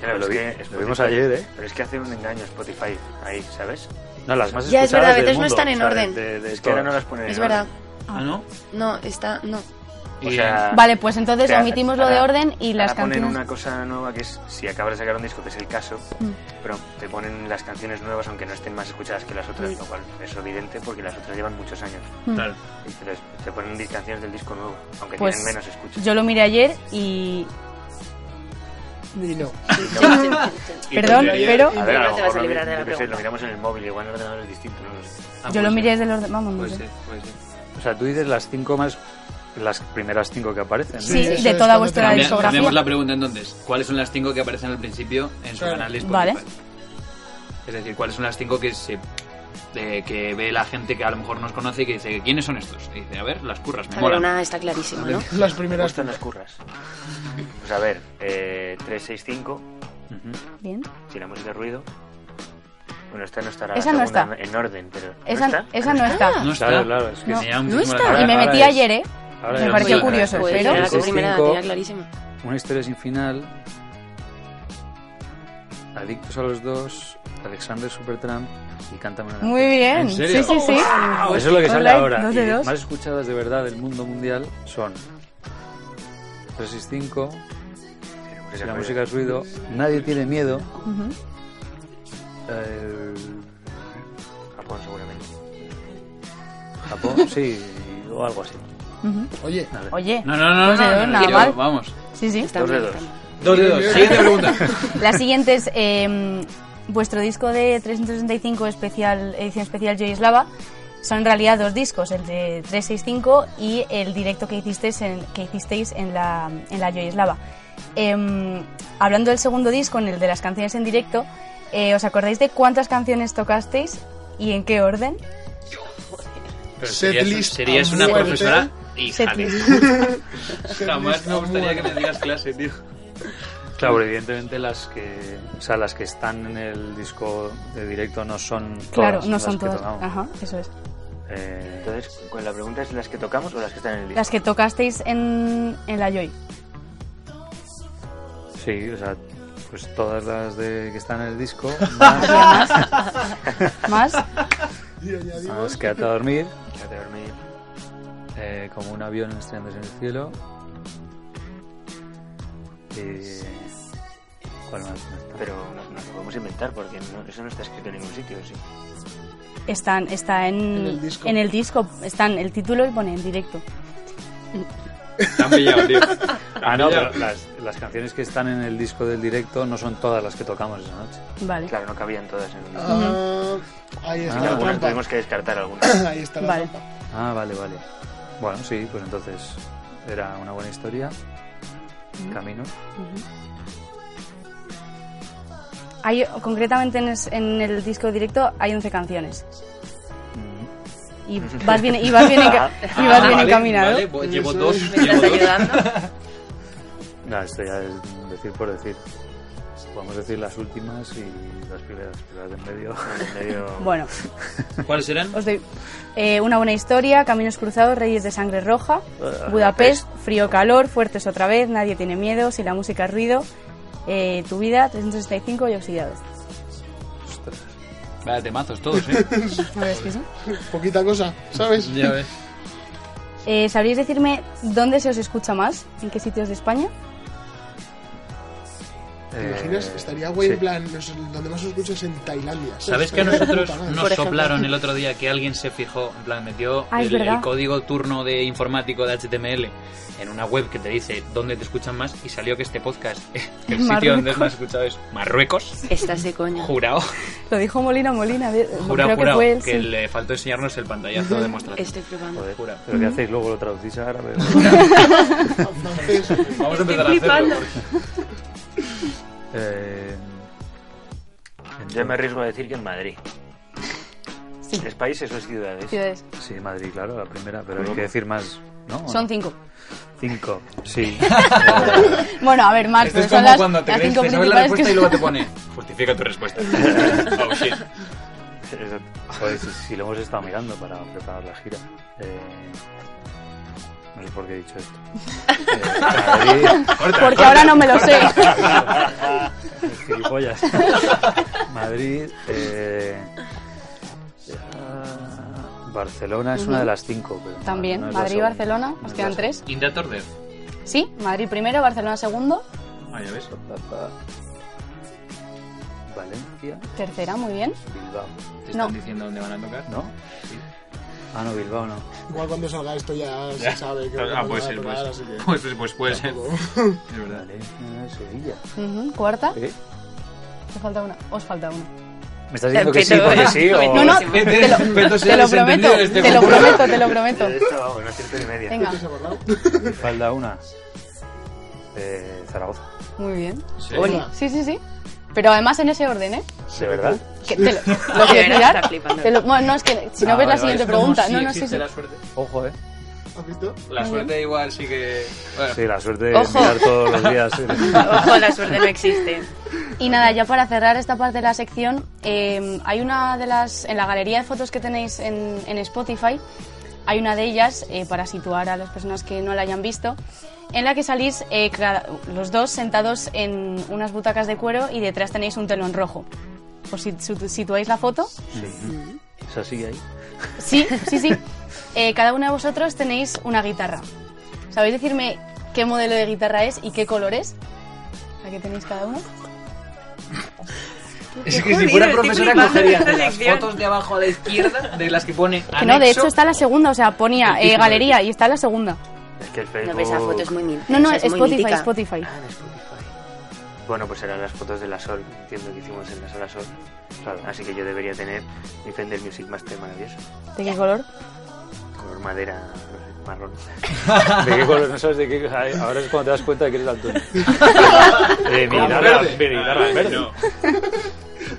Claro, Lo es vi- que lo Spotify- vimos ayer, ¿eh? Pero es que hace un engaño Spotify ahí, ¿sabes? No, las más Ya, es escuchadas verdad, a del veces no mundo, están en ¿sabes? orden. De- de Es que ahora no todas. las ponen en Es verdad. ¿Ah, no? No, está. No. O sea, Vale, pues entonces o sea, omitimos lo de Ah, ahora- orden y las ahora canciones. ponen una cosa nueva que es, si acabas de sacar un disco, que es el caso, Mm. pero te ponen las canciones nuevas aunque no estén más escuchadas que las otras, lo cual es evidente porque las otras llevan muchos años. Mm. Claro. Entonces, te ponen di- canciones del disco nuevo, aunque Pues tienen menos escuchas. yo lo miré ayer y. Dilo. Perdón, pero. A ver, a lo te vas mejor a lo librar de mi- la yo qué sé, pregunta. lo miramos en el móvil, igual el ordenador es distinto, no lo sé. Yo lo miré desde el orden. Vamos, no pues eh, sé. O sea, tú dices las cinco más, las primeras cinco que aparecen. Sí, Sí, de eso toda es vuestra cuando- Cambia- discografía. Cambiamos la pregunta entonces. ¿Cuáles son las cinco que aparecen al principio en su Claro. canal de Spotify? Vale. Es decir, ¿cuáles son las cinco que se de- que ve la gente que a lo mejor nos conoce y que dice, ¿quiénes son estos? Y dice, a ver, las curras, me A ver, molan. una está clarísima, ¿no? Las primeras. gustan las curras. Pues a ver, eh, 365. Bien. Si la música es ruido. Bueno, esta no estará la Esa no segunda está. en orden, pero. Esa ¿no está? esa no está. No está. Claro, claro, es que No, se llama no muchísimo la está. atención. Y me Ahora metí es- ayer, ¿eh? Ahora me es- pareció sí, curioso, ahora es- pero. Pues, sí, sí, Pues, cinco, clarísima. Una historia sin final. Adictos a los dos. Alexander Supertramp y Cántame una Muy canción. bien. ¿En serio? Sí, sí, sí. Wow. Eso es lo que sale Online, ahora. dos de Y dos. Más escuchadas de verdad del mundo mundial son 365. Pues Si la música es ruido, nadie tiene miedo. Ujú. eh, Japón, seguramente. Japón, sí, o algo así. Ujú. Oye, Oye. No, no, no, Dos de no, dos, no, nada tiro, mal. vamos. Sí, sí. Dos de dos. Dos de dos. Siguiente pregunta. La siguiente es eh, vuestro disco de 365 especial edición especial Joy Slava. Son en realidad dos discos, el de 365 y el directo que hicisteis en, que hicisteis en la, en la Joy Slava. Em, hablando del segundo disco, en el de las canciones en directo, eh, ¿os acordáis de cuántas canciones tocasteis y en qué orden? Pero Setlist serías, a serías una muerte. profesora hija de Setlist. puta. Jamás me a gustaría que muerte. me dieras clase, tío. Claro, pero evidentemente las que, o sea, las que están en el disco de directo no son todas. Claro, no las son que todas. tocamos. Ajá, eso es. Eh, Entonces, ¿cuál- la pregunta es: ¿las que tocamos o las que están en el disco? Las que tocasteis en, en la Joy. Sí, o sea, pues todas las de que están en el disco. Más. Más. Más quédate a dormir. Quédate a dormir. Eh, como un avión estrellándose en el cielo. Eh, ¿Cuál más? Pero nos, nos lo podemos inventar porque no- eso no está escrito en ningún sitio, ¿sí? Están, está en, En el disco. en el disco, están el título y pone en directo. Han pillado, tío. Ah, no, pillado. pero las, las canciones que están en el disco del directo no son todas las que tocamos esa noche. Vale. Claro, no cabían todas en el disco. Ah, ahí está Ah, la bueno, trampa. tuvimos que descartar algunas. ahí está la Vale. trampa. Ah, vale, vale. Bueno, sí, pues entonces era una buena historia. Camino. Hay, concretamente en, es- en el disco directo hay 11 canciones. Mm. Y vas bien, y vas bien, enca- y vas Ah, bien vale, encaminado. vale, voy- llevo dos, llevo dos. No, esto ya es decir por decir. Podemos decir las últimas y las primeras, las de en medio. Bueno. ¿Cuáles eran? Os doy eh, una buena historia, Caminos Cruzados, Reyes de Sangre Roja, Ah, Eh, Budapest, Frío Calor, Fuertes otra vez, Nadie tiene miedo, Si la música es ruido, eh, Tu vida, 365 y Oxidados. Vaya temazos todos, ¿eh? A ver, es que sí. Poquita cosa, ¿sabes? Ya ves. Eh, ¿Sabríais decirme dónde se os escucha más? ¿En qué sitios de España? Eh, ¿Te imaginas? Estaría guay en plan, los- donde más os escuchas en Tailandia. ¿Sabes que a Estaría de nosotros puta madre. nos soplaron el otro día que alguien se fijó, en plan, metió Ah, es el, el verdad. código turno de informático de HTML en una web que te dice dónde te escuchan más y salió que este podcast, el En sitio donde es Marruecos. más escuchado es Marruecos, Estás de coña. jurado, Lo dijo Molina Molina, de- jurado, creo que jurado, fue que, él. sí. le faltó enseñarnos el pantallazo demostrativo. Estoy flipando. Joder, jurado. ¿Pero qué hacéis luego? ¿Lo traducís a árabe? Vamos a empezar a hacerlo. Eh, Yo me arriesgo a decir que en Madrid. Sí. ¿Es países o es ciudades? Ciudades. Sí, Madrid, claro, la primera, pero hay que decir más, ¿no? Son cinco. Cinco, sí. Bueno, a ver, más, Esto pero es son como las, cuando te las crees cinco que sabes la principales respuesta que... y luego te pone justifica tu respuesta. oh shit. Joder, si, si lo hemos estado mirando para preparar la gira. Eh, no sé por qué he dicho esto. Eh, Madrid- Porque ahora no me lo sé. joyas. Madrid. eh, Barcelona es Ujú. una de las cinco. pero no- También, no es la Madrid y segunda. Barcelona, nos quedan tres. In that order. Sí, Madrid primero, Barcelona segundo, Ah, ya ves. Valencia, tercera, muy bien. Bilbao. ¿Te No. están diciendo dónde van a tocar? ¿No? Ah, no, Bilbao no. Igual cuando salga esto ya Ya. se sabe que Ah, puede ser, tocar, pues. así que- Pues, pues, pues puede ser. Es verdad. Valencia, Sevilla. Ujú, Cuarta, ¿Eh? te falta una, os falta una. ¿Me estás diciendo que sí Pero- porque sí o...? No, no, te lo, te lo prometo, te lo prometo, te lo prometo. Esto, vamos, no acierto ni media. Venga, Me falta una. Eh, Zaragoza. muy bien. Sí. Oli. Sí, sí, sí. Pero además en ese orden, ¿eh? ¿De verdad? Que te lo, De lo quieres verdad, mirar. está flipando. Te lo- bueno, no, es que si no Ah, ves la vale, vale, siguiente es como pregunta. si No, no, sí, existe sí. la suerte. Ojo, ¿eh? La suerte igual sí que... Bueno. Sí, la suerte de Ojo. mirar todos los días. el- Ojo, la suerte no existe. Y nada, ya para cerrar esta parte de la sección, eh, hay una de las. En la galería de fotos que tenéis en, en Spotify, hay una de ellas, eh, para situar a las personas que no la hayan visto, en la que salís eh, cada- los dos sentados en unas butacas de cuero y detrás tenéis un telón rojo. Os si- su- situáis la foto. Sí. Esa sigue ahí. Sí, sí, sí. Eh, cada uno de vosotros tenéis una guitarra. ¿Sabéis decirme qué modelo de guitarra es y qué color es? ¿La que tenéis cada uno? Es que si Jodido, fuera estoy profesora flipando cogería con esta de las sección. fotos de abajo a la izquierda, de las que pone Que no, de anexo. hecho está la segunda, o sea, ponía El piso eh, de- galería y está la segunda. Es que el Facebook... No ves esa foto, es muy mítica. No, no, esa es muy Spotify, mítica. Spotify. Bueno, pues eran las fotos de la Sol. Entiendo que hicimos en la sala Sol. Así que yo debería tener mi Fender Music Master maravilloso. ¿De qué color? Color madera, no sé, marrón. ¿De qué color? No sabes de qué... ay, Ahora es cuando te das cuenta de que eres daltónico. De mi Como guitarra verde. mi guitarra Ah, verde. no.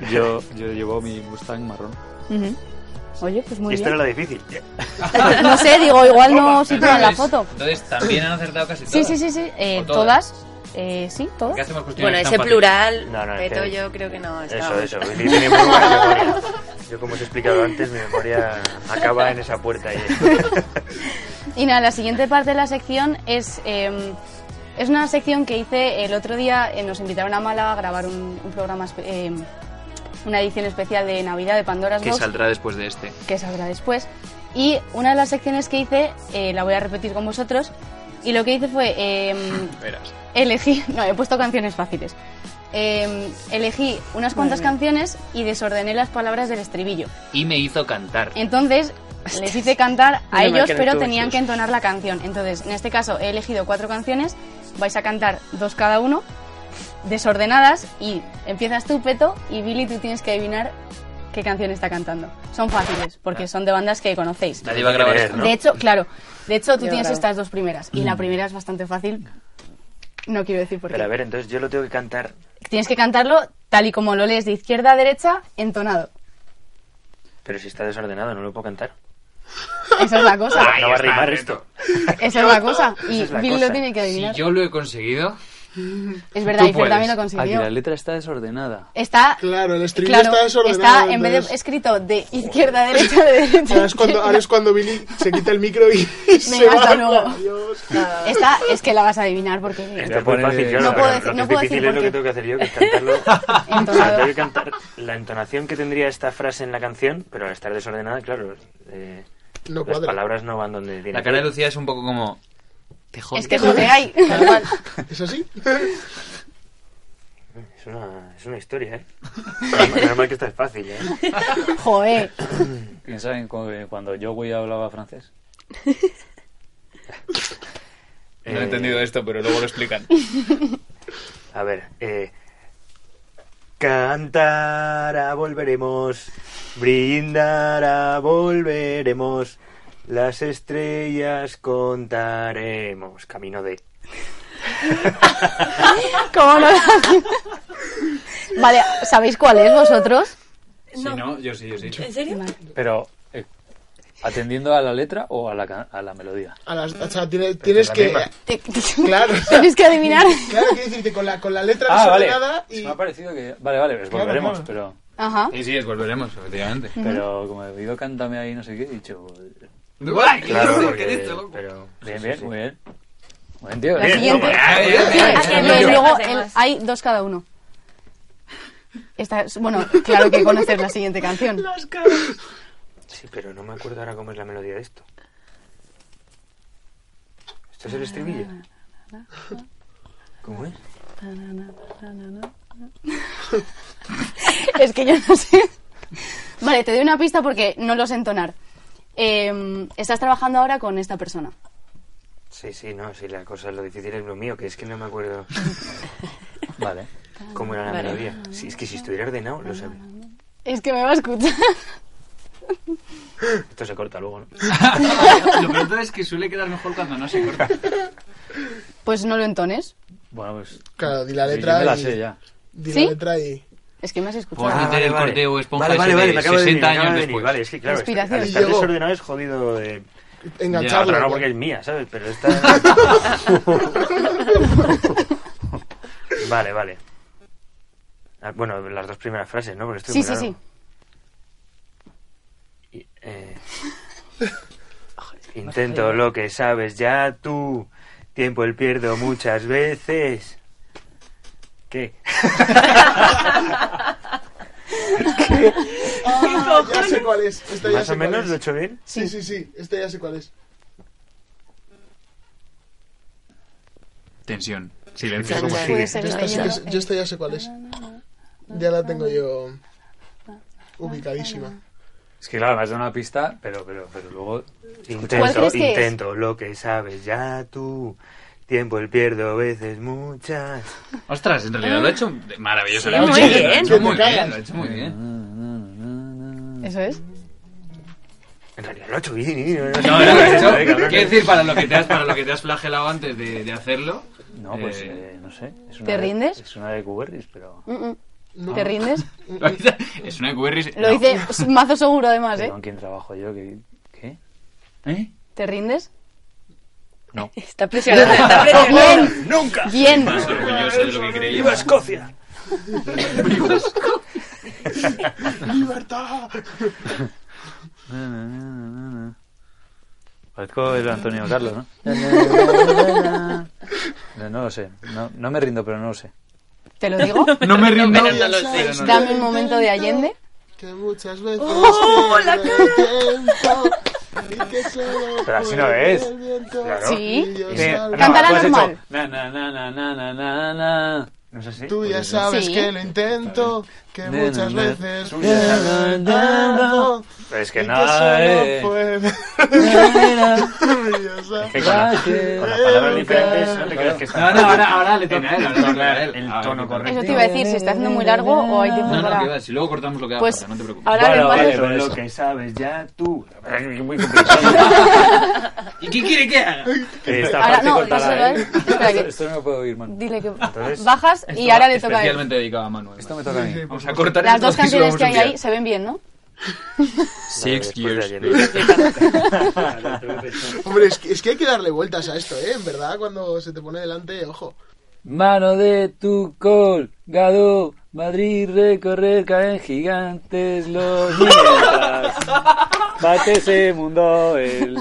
Yo, yo llevo mi Mustang marrón. Ujú. Oye, pues y muy esta bien. era la difícil. No sé, digo, igual no Toma, sitúan la entonces- foto. Entonces también han acertado casi todas. Sí, sí, sí, sí. eh, ¿O todas. Eh, sí, todas. ¿Qué hacemos cuestiones Bueno, tan ese fáciles? plural, No, no, es Peto, que- yo creo que no. Eso, estaba- eso. Willy tiene muy buena memoria. Yo, como os he explicado antes, mi memoria acaba en esa puerta ahí. Y nada, la siguiente parte de la sección es, eh, es una sección que hice el otro día. eh, nos invitaron a Málaga a grabar un, un programa, espe- eh, una edición especial de Navidad de Pandora's ¿Qué Box, saldrá después de este? que saldrá después. Y una de las secciones que hice, eh, la voy a repetir con vosotros. Y lo que hice fue eh, Verás. elegí, no, he puesto canciones fáciles. Eh, elegí unas cuantas canciones y desordené las palabras del estribillo. Y me hizo cantar. Entonces, les hice cantar a Menos mal ellos, que no pero estuvo tenían Jesús. que entonar la canción. Entonces, en este caso he elegido cuatro canciones, vais a cantar dos cada uno, desordenadas, y empiezas tú, Peto, y Billy, tú tienes que adivinar qué canción está cantando. Son fáciles, porque son de bandas que conocéis. Nadie va a grabar esto, ¿no? De hecho, claro, de hecho tú Yo tienes grabo. estas dos primeras, y la primera es bastante fácil. No quiero decir por qué. Mm. Pero a ver, entonces yo lo tengo que cantar. Tienes que cantarlo tal y como lo lees de izquierda a derecha, entonado. Pero si está desordenado, no lo puedo cantar. Esa es la cosa. no va a rimar esto. Esa es la cosa. Y Esa es la Billy lo cosa. tiene que adivinar. Si yo lo he conseguido, Es verdad, Tú Ifer puedes. también lo Aquí consiguió. la letra está desordenada. Está. Claro, el estribillo claro, está desordenado. está, en vez de entonces- escrito de izquierda a derecha, de derecha. Ahora a es cuando, ahora izquierda. es cuando Billy se quita el micro y se Venga, va. hasta luego. Adiós. Está, es que la vas a adivinar porque. Esto es muy fácil, yo no lo- puedo lo decir, que no es puedo difícil decir es por lo que qué. tengo que hacer yo, que es cantarlo. O sea, tengo que cantar la entonación que tendría esta frase en la canción, pero al estar desordenada, claro, eh, No las cuadra. palabras no van donde tienen. la cara de Lucía es un poco como... Te jodes. Es que jodeáis. tal cual. ¿Es así? Es una, es una historia, ¿eh? Menos mal que esta es fácil, ¿eh? Joder. ¿Saben cuando yo voy hablaba francés? No he entendido esto, pero luego lo explican. A ver, eh, cantará volveremos, brindará volveremos, las estrellas contaremos. Camino de. ¿Cómo no? Vale, ¿sabéis cuál es vosotros? Si no, yo sí, yo sí. ¿En serio? Pero eh, atendiendo a la letra o a la, a la melodía. A las- o sea, tiene- tienes, la que. misma. Claro. Tenéis que adivinar. Claro, quiere decir que con la, con la letra Ah, vale. desordenada Se me ha parecido que vale, vale, pues Claro, volveremos, claro. pero Ajá. Sí, sí, es volveremos, efectivamente. pero como he oído cántame ahí no sé qué, he dicho ¡Ay, Claro, qué porque- dices, loco! pero bien, bien, muy bien. Buen tío. La bien, siguiente. toma. Ay, ay, ay. Entonces, Yo. luego el- hay dos cada uno. Esta es- bueno, claro que conoces la siguiente canción. Las Sí, pero no me acuerdo ahora cómo es la melodía de esto. ¿Esto es el estribillo? ¿Cómo es? es que yo no sé. Vale, te doy una pista porque no lo sé entonar. Eh, estás trabajando ahora con esta persona. Sí, sí, no, sí, la cosa, lo difícil es lo mío, que es que no me acuerdo. Vale. ¿Cómo era la Vale. melodía? Sí, es que si estuviera ordenado, lo sabría. Es que me va a escuchar. Esto se corta luego, ¿no? Lo peor es que suele quedar mejor cuando no Ah, se corta. Pues no lo entones. Bueno, pues. Claro, di la yo- letra Yo me la y- sé ya. Di ¿Sí? la letra y... Es que me has escuchado. Ah, Ah. Por meter el corteo esponja Vale, vale, ese vale, de me acaba de 60 venir, me acaba años de venir. después. Vale, es que claro, es que Inspiración. al estar Llegó. desordenado es jodido de... Engancharlo. Otra no, porque es mía, ¿sabes? Pero esta... vale, vale. Ah, Bueno, las dos primeras frases, ¿no? Porque estoy Sí, muy sí, largo. sí. Y, eh, Intento lo que sabes ya tú. Tiempo el pierdo muchas veces. ¿Qué? Ah, ya sé cuál es. Esta ya ¿Más sé o menos cuál lo he es. hecho bien? Sí, sí, sí. Esta ya sé cuál es. Tensión. Silencio. Yo como sigue. esta, sí que- yo esta ya sé cuál es. Ya la tengo yo ubicadísima. Es que claro, me has dado una pista, pero, pero, pero luego. ¿Cuál Intento, crees que es? intento lo que sabes ya tú. Tiempo el pierdo veces muchas. Ostras, en realidad lo ha hecho maravillosamente. Sí, muy Lo ha bien. hecho Que muy te bien. cagas. Lo ha hecho muy bien. Eso es. En realidad lo he hecho bien. No, No, no, sé no, eso, eh, cabrones. quiero decir, para lo que te has, para lo que te has flagelado antes de, de hacerlo. No, pues, eh, no sé. Es ¿Te rindes? Es una de Cuberris, pero. Mm, mm. No. ¿Te rindes? eh. es una QRS. Lo hice mazo seguro además, pero ¿eh? ¿Con quién trabajo yo? ¿Qué? ¿Qué? ¿Te rindes? No. Está presionando, está presionando. Bien, ¡Nunca! bien. Más orgulloso de lo que creía. ¡Viva Escocia! ¡Libertad! Na, na, na, na, na, na. Parezco el Antonio Carlos, ¿no? No, no lo sé. No, no me rindo, pero no lo sé. ¿Te lo digo? No me rindo. Pero no lo sé. Pero no lo sé. Dame un momento de Allende. Que muchas veces... ¡Oh, pierdo la el tiempo y que solo Pero así no puede es. el viento Claro. Sí. y yo Sí. salgo. Cántala pues tú has hecho normal. Na, na, na, na, na, na, na, na. ¿No es así? Tú ya Pues sabes Sí. que lo intento, que Na, na, muchas na. veces Tú ya sabes. pierdo el tiempo Pero es y que que nada, solo eh. puede- eso. yo sabes. Con las con las palabras diferentes no te creas que No, está. no, ahora, ahora le toca a él. ahora le toca a él. El Ahora le toca a tono él. correcto. Eso te iba a decir, se está haciendo muy largo o hay tiempo No, no, que para... va, si luego cortamos lo que haga Pues, falta, no te preocupes. Ahora Bueno, le vale, pasas... vale. Eso es eso. lo que sabes ya tú. La verdad es que es muy complicado. ¿Y qué quiere que haga? Esta Ahora parte Ah, no, cortala, eso ¿eh? es. Espera, Esto, que- esto no lo puedo oír, man. Dile que Entonces, bajas y ahora le toca a él. Especialmente dedicado a Manuel. Esto me toca a mí. Vamos a cortar Las esto dos y se lo canciones vamos que a hay enviar. ahí se ven bien, ¿no? Six Después de years. ayer. Hombre, es que, es que hay que darle vueltas a esto, ¿eh? En verdad, cuando se te pone delante, ojo. Mano de tu colgado, Madrid recorrer, caen gigantes los mientras. Bate ese mundo él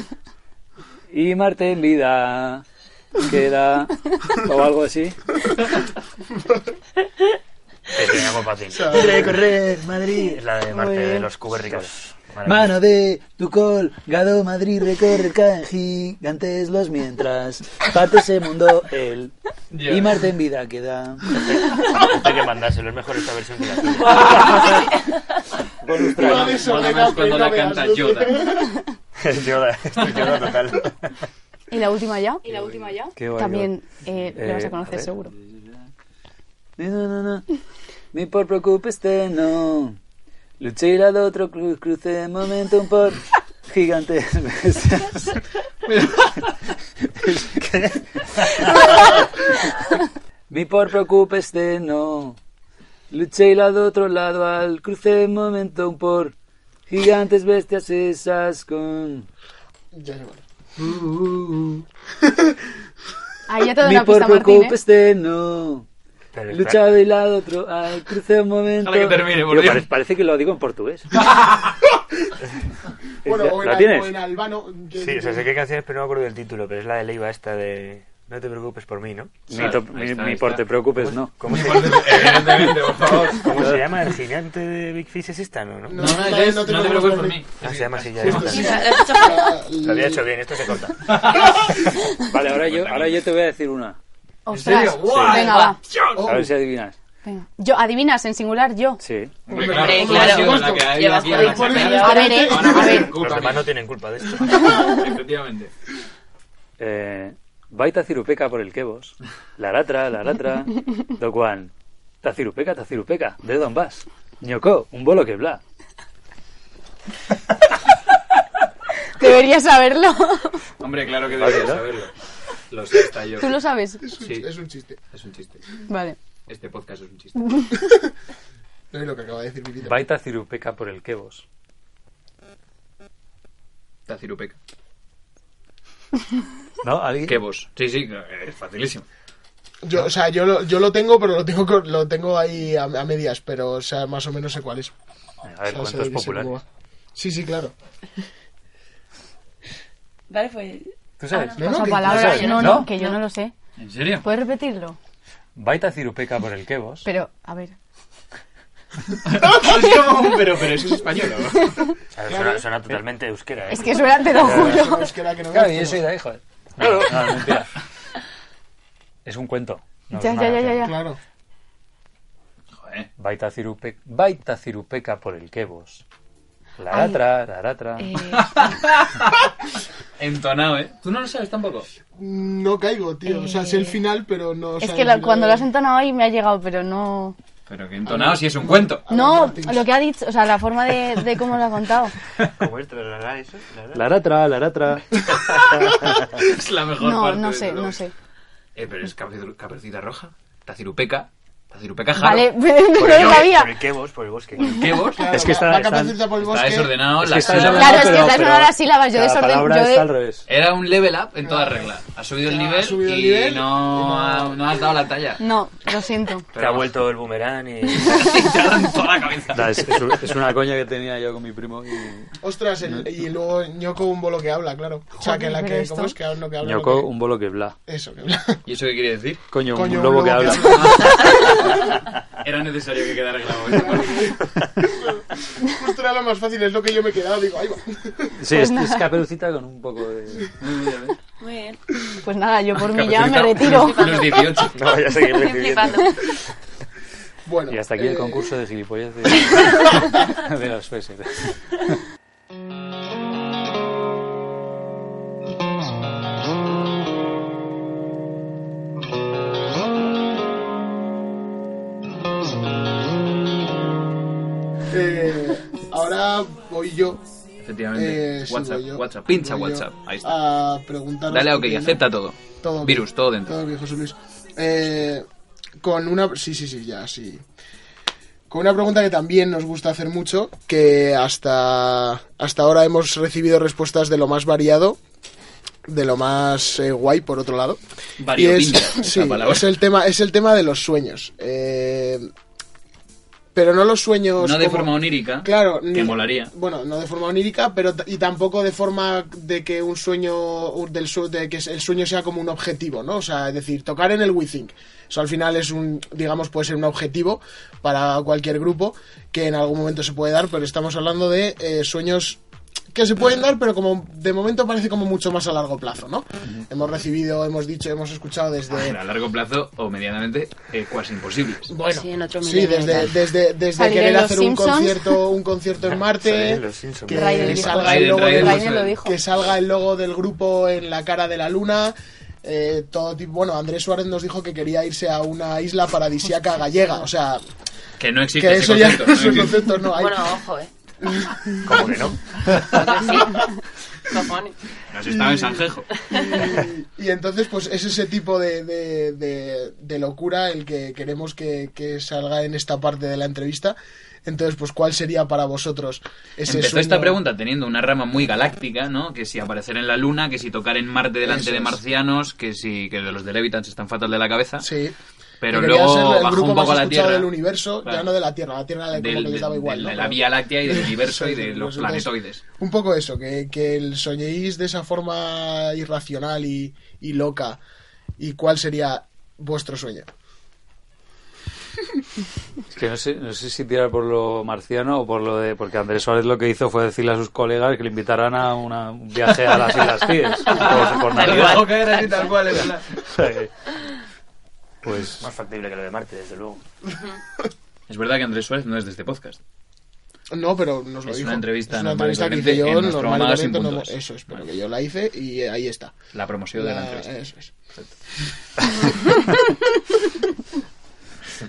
y Marte en vida queda o algo así. Pero es algo fácil. Recorrer Madrid. Es la de Marte de los Cubérricos. Mano de tu colgado, Madrid recorrer, caen gigantes los mientras. Bate ese mundo él y Marte en vida queda. Hay que mandárselo, es mejor esta versión que la tuya. Bonus No track. de Mola soledad, más cuando pero la me canta asusta. Yoda. Es Yoda, es Yoda total. ¿Y la última ya? ¿Y la última ya? Qué guay, También eh, lo vas a Eh, a conocer ver. seguro. Ni, no, no, no. Ni por preocupes te no. Luché ir al otro cru- cruce de momentum por gigantes bestias. Ni por preocupes te no. Luché ir al otro lado al cruce de momentum por gigantes bestias esas con. Ya sé cuál es. Ahí ya te doy Ni una por pista, Martín, ¿eh? preocupes te no. Pero espera, Luchado y lado otro al cruce de un momento. Ahora que termine, por Tío, Dios. pare- parece que lo digo en portugués. Bueno, ¿La o en, al- tienes? o en albano. que- Sí, o sea, sé qué canción es, pero no me acuerdo del título, pero es la de Leiva esta de... No te preocupes por mí, ¿no? Ni Ahí to- está, ni- ahí ni está. por te preocupes, ¿Cómo- no. ¿Cómo Ni se, por te- evidentemente, por favor. ¿Cómo se llama? ¿El gigante de Big Fish es esta, no? No, No, no, no, es- no te no te preocupes por mí. Ah, se llama así ya. Sí, ya sí, sí. está. Lo había hecho bien, esto se corta. Vale, ahora yo, ahora yo te voy a decir una. ¡Ostras! serio? ¡Guau! Venga, va. A ver si adivinas. Venga. Yo, adivinas, en singular, yo. Sí. Hombre, claro, claro. Sí, Justo. la que hay Llevas aquí por a la ahí por chaqueta. ahí. A ver, eh, Ahora a ver. Los demás no tienen culpa de esto. Efectivamente. Eh, baita cirupeca por el quebos. Laratra, laratra. Docuan. Ta cirupeca, ta cirupeca. ¿De dónde vas? Ñoco, un bolo que bla. Deberías saberlo. Hombre, claro que Vale, debería ¿no? saberlo. Lo sé hasta yo. ¿Tú lo sabes? Sí. chiste. Es un chiste. Vale. Este podcast es un chiste. No es lo que acaba de decir Milita. Baita cirupeca por el quebos. Ta cirupeca. ¿No? ¿Alguien? Quebos. Sí, sí, es facilísimo. Yo, o sea, yo lo, yo lo tengo, pero lo tengo, co- lo tengo ahí a, a medias, pero o sea, más o menos sé cuál es. A ver, O sea, sé ¿cuántos que sé cómo populares? va. Sí, sí, claro. Vale, pues. ¿Tú sabes? Ah, No, no, que- pasapalabra. ¿tú sabes? No, ¿No? no, que yo no lo sé. ¿En serio? ¿Puedes repetirlo? Baita cirupeca por el quebos. Pero, a ver. Es como un pero, pero eso es español. A ver, suena, suena totalmente euskera. ¿eh? Es que suena, te lo Claro, juro. suena euskera que no Claro, me yo gusta. soy de ahí, joder. No, no, no, mentira. Es un cuento. no Ya, es ya, una ya, ya, canción. ya. Baita, cirupe- baita cirupeca por el quebos. Laratra, laratra. Entonado, ¿eh? ¿Tú no lo sabes tampoco? No caigo, tío. O sea, sé el final, pero no. Eh, Es que la- cuando lo has entonado ahí me ha llegado, pero no... Pero que entonado sí es un cuento. No, lo que ha dicho, o sea, la forma de, de cómo lo ha contado. ¿Cómo es? ¿Traslará eso? Laratra, laratra. es la mejor No, parte. no de sé, todo. no sé. Eh, pero es caperu- caperucita roja, tacirupeca, tacirupeca jaro. Vale, pero Por el no bosque, sabía. por el quebos, por el bosque. quebos? Es que está- está- Está desordenado. Es la que está sílaba- desordenado, Claro, es que está pero- pero desordenado las sílabas, yo cada desorden- palabra yo de- está al revés. Era un level up en toda regla. Has subido el nivel, subido el y, nivel no, ha- no has dado la talla. No, lo siento. Te ha vuelto el boomerang y... Da, es, es un- es una coña que tenía yo con mi primo. Y... Ostras, el- y luego ñoco un bolo que habla, claro. O sea, Joder, que la pero que. esto- ¿Cómo es que habla? No, que habla Ñoco, lo que- un bolo que bla. Eso, que habla. ¿Y eso qué quiere decir? Coño, Coño, un lobo que habla. Era necesario que quedara grabado. Justo era lo más fácil, es lo que yo me he quedado. Digo, ahí va. Sí, es, es caperucita con un poco de. Muy bien. Pues nada, yo por mí ya me retiro. Los 18. No, voy a seguir recibiendo. Bueno, y hasta aquí eh, el concurso de gilipollas de, de los pesetas. eh, ahora voy yo. Efectivamente. Eh, sí, WhatsApp, voy yo. WhatsApp. Pincha Voy yo WhatsApp. Ahí está. A preguntaros Dale a OK, qué opinan. acepta todo. Todo Virus, bien. todo dentro. Todo bien, José Luis. Eh, con una... Sí, sí, sí, ya, sí. Con una pregunta que también nos gusta hacer mucho, que hasta, hasta ahora hemos recibido respuestas de lo más variado, de lo más eh, guay, por otro lado. Variopinta, esa sí, palabra. es el tema, es el tema de los sueños. Eh, pero no los sueños... No de como- forma onírica. Claro, Que ni- molaría. Bueno, no de forma onírica, pero t- y tampoco de forma de que un sueño un- del su- de que el sueño sea como un objetivo, ¿no? O sea, es decir, tocar en el WeThink. Eso al final es un, digamos, puede ser un objetivo para cualquier grupo que en algún momento se puede dar, pero estamos hablando de eh, sueños que se pueden dar, pero como de momento parece como mucho más a largo plazo, ¿no? Hemos recibido, hemos dicho, hemos escuchado desde A largo plazo o medianamente, eh, cuasi imposibles. bueno, sí, milenio, desde, tal. desde, desde Salir querer en Los hacer un Simpsons. concierto, un concierto en Salir Marte, en Los Simpsons. que Raiden dijo. salga Raiden, el logo Raiden del- Raiden lo dijo. que salga el logo del grupo en la cara de la luna. eh, todo tipo, bueno, Andrés Suárez nos dijo que quería irse a una isla paradisiaca gallega, o sea, Que no existe que ese eso ya concepto. no es un existe. concepto, no hay. Bueno, ojo, eh. ¿Cómo que no? Cojones. Nos estaba en Mm. Sanjejo. Y, y entonces, pues es ese tipo de, de, de- de locura el que queremos que, que salga en esta parte de la entrevista. Entonces, pues, ¿cuál sería para vosotros ese Empezó sueño? esta pregunta teniendo una rama muy galáctica, ¿no? Que si aparecer en la luna, que si tocar en Marte delante Eso de es. marcianos, que si que los de Levitans están fatal de la cabeza. Sí. Pero Que quería ser luego el bajó grupo un poco a más la escuchado Tierra. del universo, ya no de la Tierra, la Tierra como Del- que les daba del- igual, de ¿no? la Pero- Vía Láctea y del universo y Eso de es, los entonces, planetoides. Un poco eso, que, que el soñéis de esa forma irracional y, y loca y cuál sería vuestro sueño. Es que no sé, no sé si tirar por lo marciano o por lo de. Porque Andrés Suárez lo que hizo fue decirle a sus colegas que le invitaran a una- un viaje a las Islas Cíes. por, por Navidad. O sea que- Pues. Más factible que lo de Marte, desde luego. Es verdad que Andrés Suárez no es de este podcast. No, pero nos lo Es dijo. una entrevista es una normal y entrevista que hice corriente yo, en nuestro normal y Amadas sin corriente, no puntos. hemos- eso es, pero que yo la hice y eh, ahí está. La promoción de la entrevista. Eso es.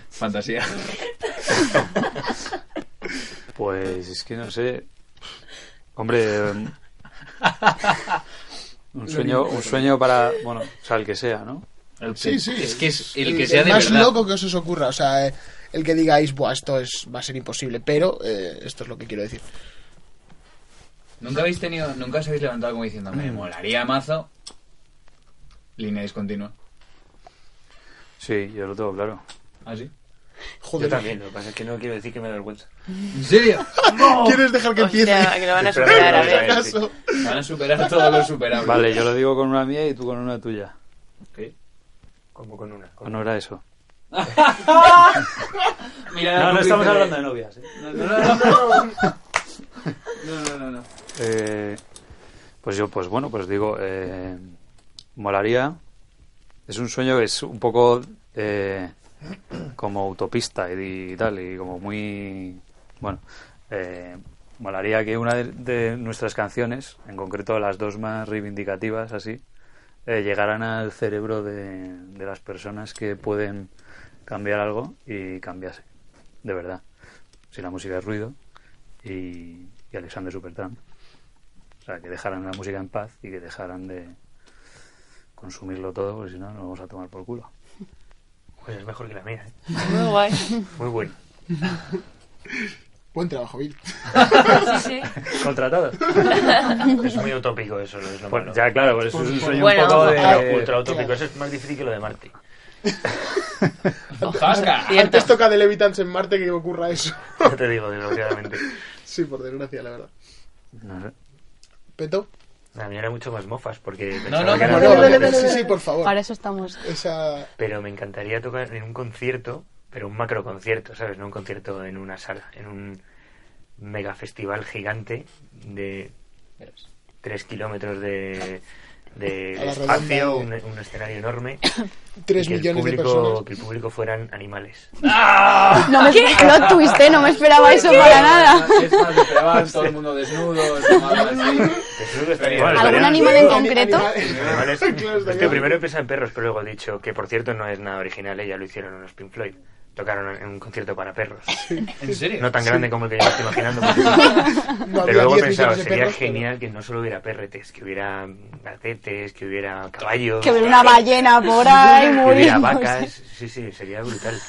Fantasía. Pues es que no sé. Hombre. em, Un sueño, un sueño para. Bueno, o sea, el que sea, ¿no? Sí, sí. más más loco que os, os ocurra, o sea, eh, el que digáis, Buah, esto es, va a ser imposible, pero eh, esto es lo que quiero decir. Nunca habéis tenido, nunca os habéis levantado como diciendo, Mm. me molaría mazo. Línea discontinua. Sí, yo lo tengo claro. ¿Ah, sí? Joder. Yo también, lo que pasa es que no quiero decir que me da vergüenza. ¿En serio? ¿Quieres dejar que empiece? Espera, espera, espera, espera, sí. Van a superar todos los superables. Vale, yo lo digo con una mía y tú con una tuya. Como con una. ¿O no era eso? Mira, no, tú no estamos dices- hablando de novias. ¿eh? No, no, no, no. No, no, no, no. Eh, pues yo, pues bueno, pues digo, eh, molaría. Es un sueño que es un poco eh, como autopista y, y tal, y como muy. Bueno, eh, molaría que una de, de nuestras canciones, en concreto las dos más reivindicativas, así, eh, llegaran al cerebro de, de las personas que pueden cambiar algo y cambiase. De verdad. Si la música es ruido y, y Alexander Supertramp. O sea, que dejaran la música en paz y que dejaran de consumirlo todo, porque si no, nos vamos a tomar por culo. Pues es mejor que la mía. ¿eh? Muy guay. Muy bueno. Buen trabajo, Bill. sí. Contratados. Es muy utópico eso, lo es lo Pues malo. ya, claro, pues es un Bueno, sueño un poco Claro, de- Ultra utópico, eso es más difícil que lo de Marte. Zasca. Antes toca de Levitans en Marte que ocurra eso. Ya te digo, desgraciadamente. sí, por desgracia, la verdad. No sé. ¿Peto? La mía era mucho más mofas porque No, pensaba no, que era no, algo no, no, que- no, sí, sí, por favor. Para eso estamos. Esa... Pero me encantaría tocar en un concierto, pero un macro concierto, ¿sabes? No un concierto en una sala, en un mega festival gigante de tres kilómetros de, de A la espacio, un, redonda un escenario enorme. Tres y que el millones de público- personas. Que el público fueran animales. No me lo tuviste, no me esperaba eso para nada. todo el mundo desnudos, tomadas así. Desnudos estaría mal. ¿Algún Estaría- animal en concreto? Animales. Es que primero empieza en perros, pero luego he dicho que por cierto no es nada original, ¿eh? ya lo hicieron unos Pink Floyd. Tocaron en un concierto para perros. ¿En serio? No tan grande Sí. como el que yo me estoy imaginando. por supuesto. No había pero luego 10 pensaba, millones de sería perros, pero- genial que no solo hubiera perretes, que hubiera gatetes, que hubiera caballos. Que hubiera una ballena por ahí que hubiera muriendo. vacas. Sí, sí, sería brutal.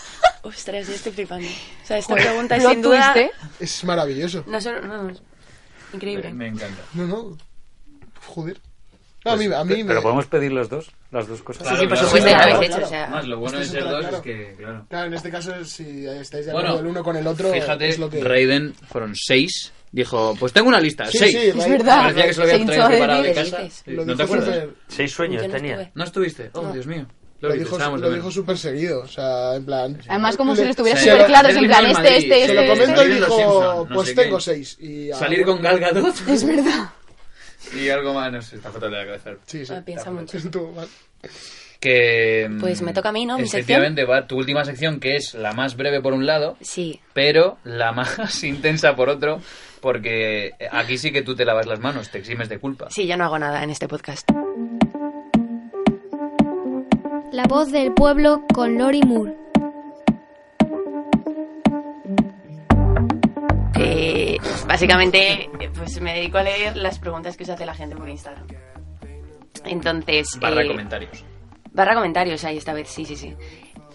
Ostras, yo estoy flipando. O sea, esta Joder, pregunta es plot sin duda... twist, ¿eh? Es maravilloso. No solo... vamos, Eh, increíble. Me encanta. No, no. Joder. No, a Pues, mí, a mí Pero me... podemos pedir los dos, las dos cosas. Sí, sí, por supuesto, ya lo habéis hecho, o sea. Más, lo bueno de ser dos es que, claro. Claro, en este caso, si estáis de acuerdo Bueno, el uno con el otro, fíjate, es lo que... Raiden fueron seis. Dijo, pues tengo una lista, Sí, seis. sí, Es Raiden. verdad. Parecía que se lo Se habían traído hinchó de preparado de mí. casa. Lo Sí, dijo ¿No te acuerdas? súper- Seis sueños Yo no tenía. estuve. ¿No estuviste? Oh, Dios mío. Lo, Lo vi, te dijo, echábamos de lo menos. dijo súper seguido, o sea, en plan... Además, como Le- si lo estuviera se súper claro, es en le- plan, este, este, Se lo este, comento este. y dijo, no pues sé qué. tengo seis. Y ah, Salir con Gal Gadot. Es verdad. Y algo más, no sé, está fatal de la cabeza. Sí, Ah, piensa mucho. Que. mm, Pues me toca a mí, ¿no? Mi Efectivamente, va tu última sección, que es la más breve por un lado, Sí. pero la más intensa por otro, porque aquí sí que tú te lavas las manos, te eximes de culpa. Sí, yo no hago nada en este podcast. La voz del pueblo con Lori Moore. Eh, básicamente, eh, pues me dedico a leer las preguntas que os hace la gente por Instagram. Entonces... Barra eh, comentarios. Barra comentarios ahí esta vez, sí, sí, sí.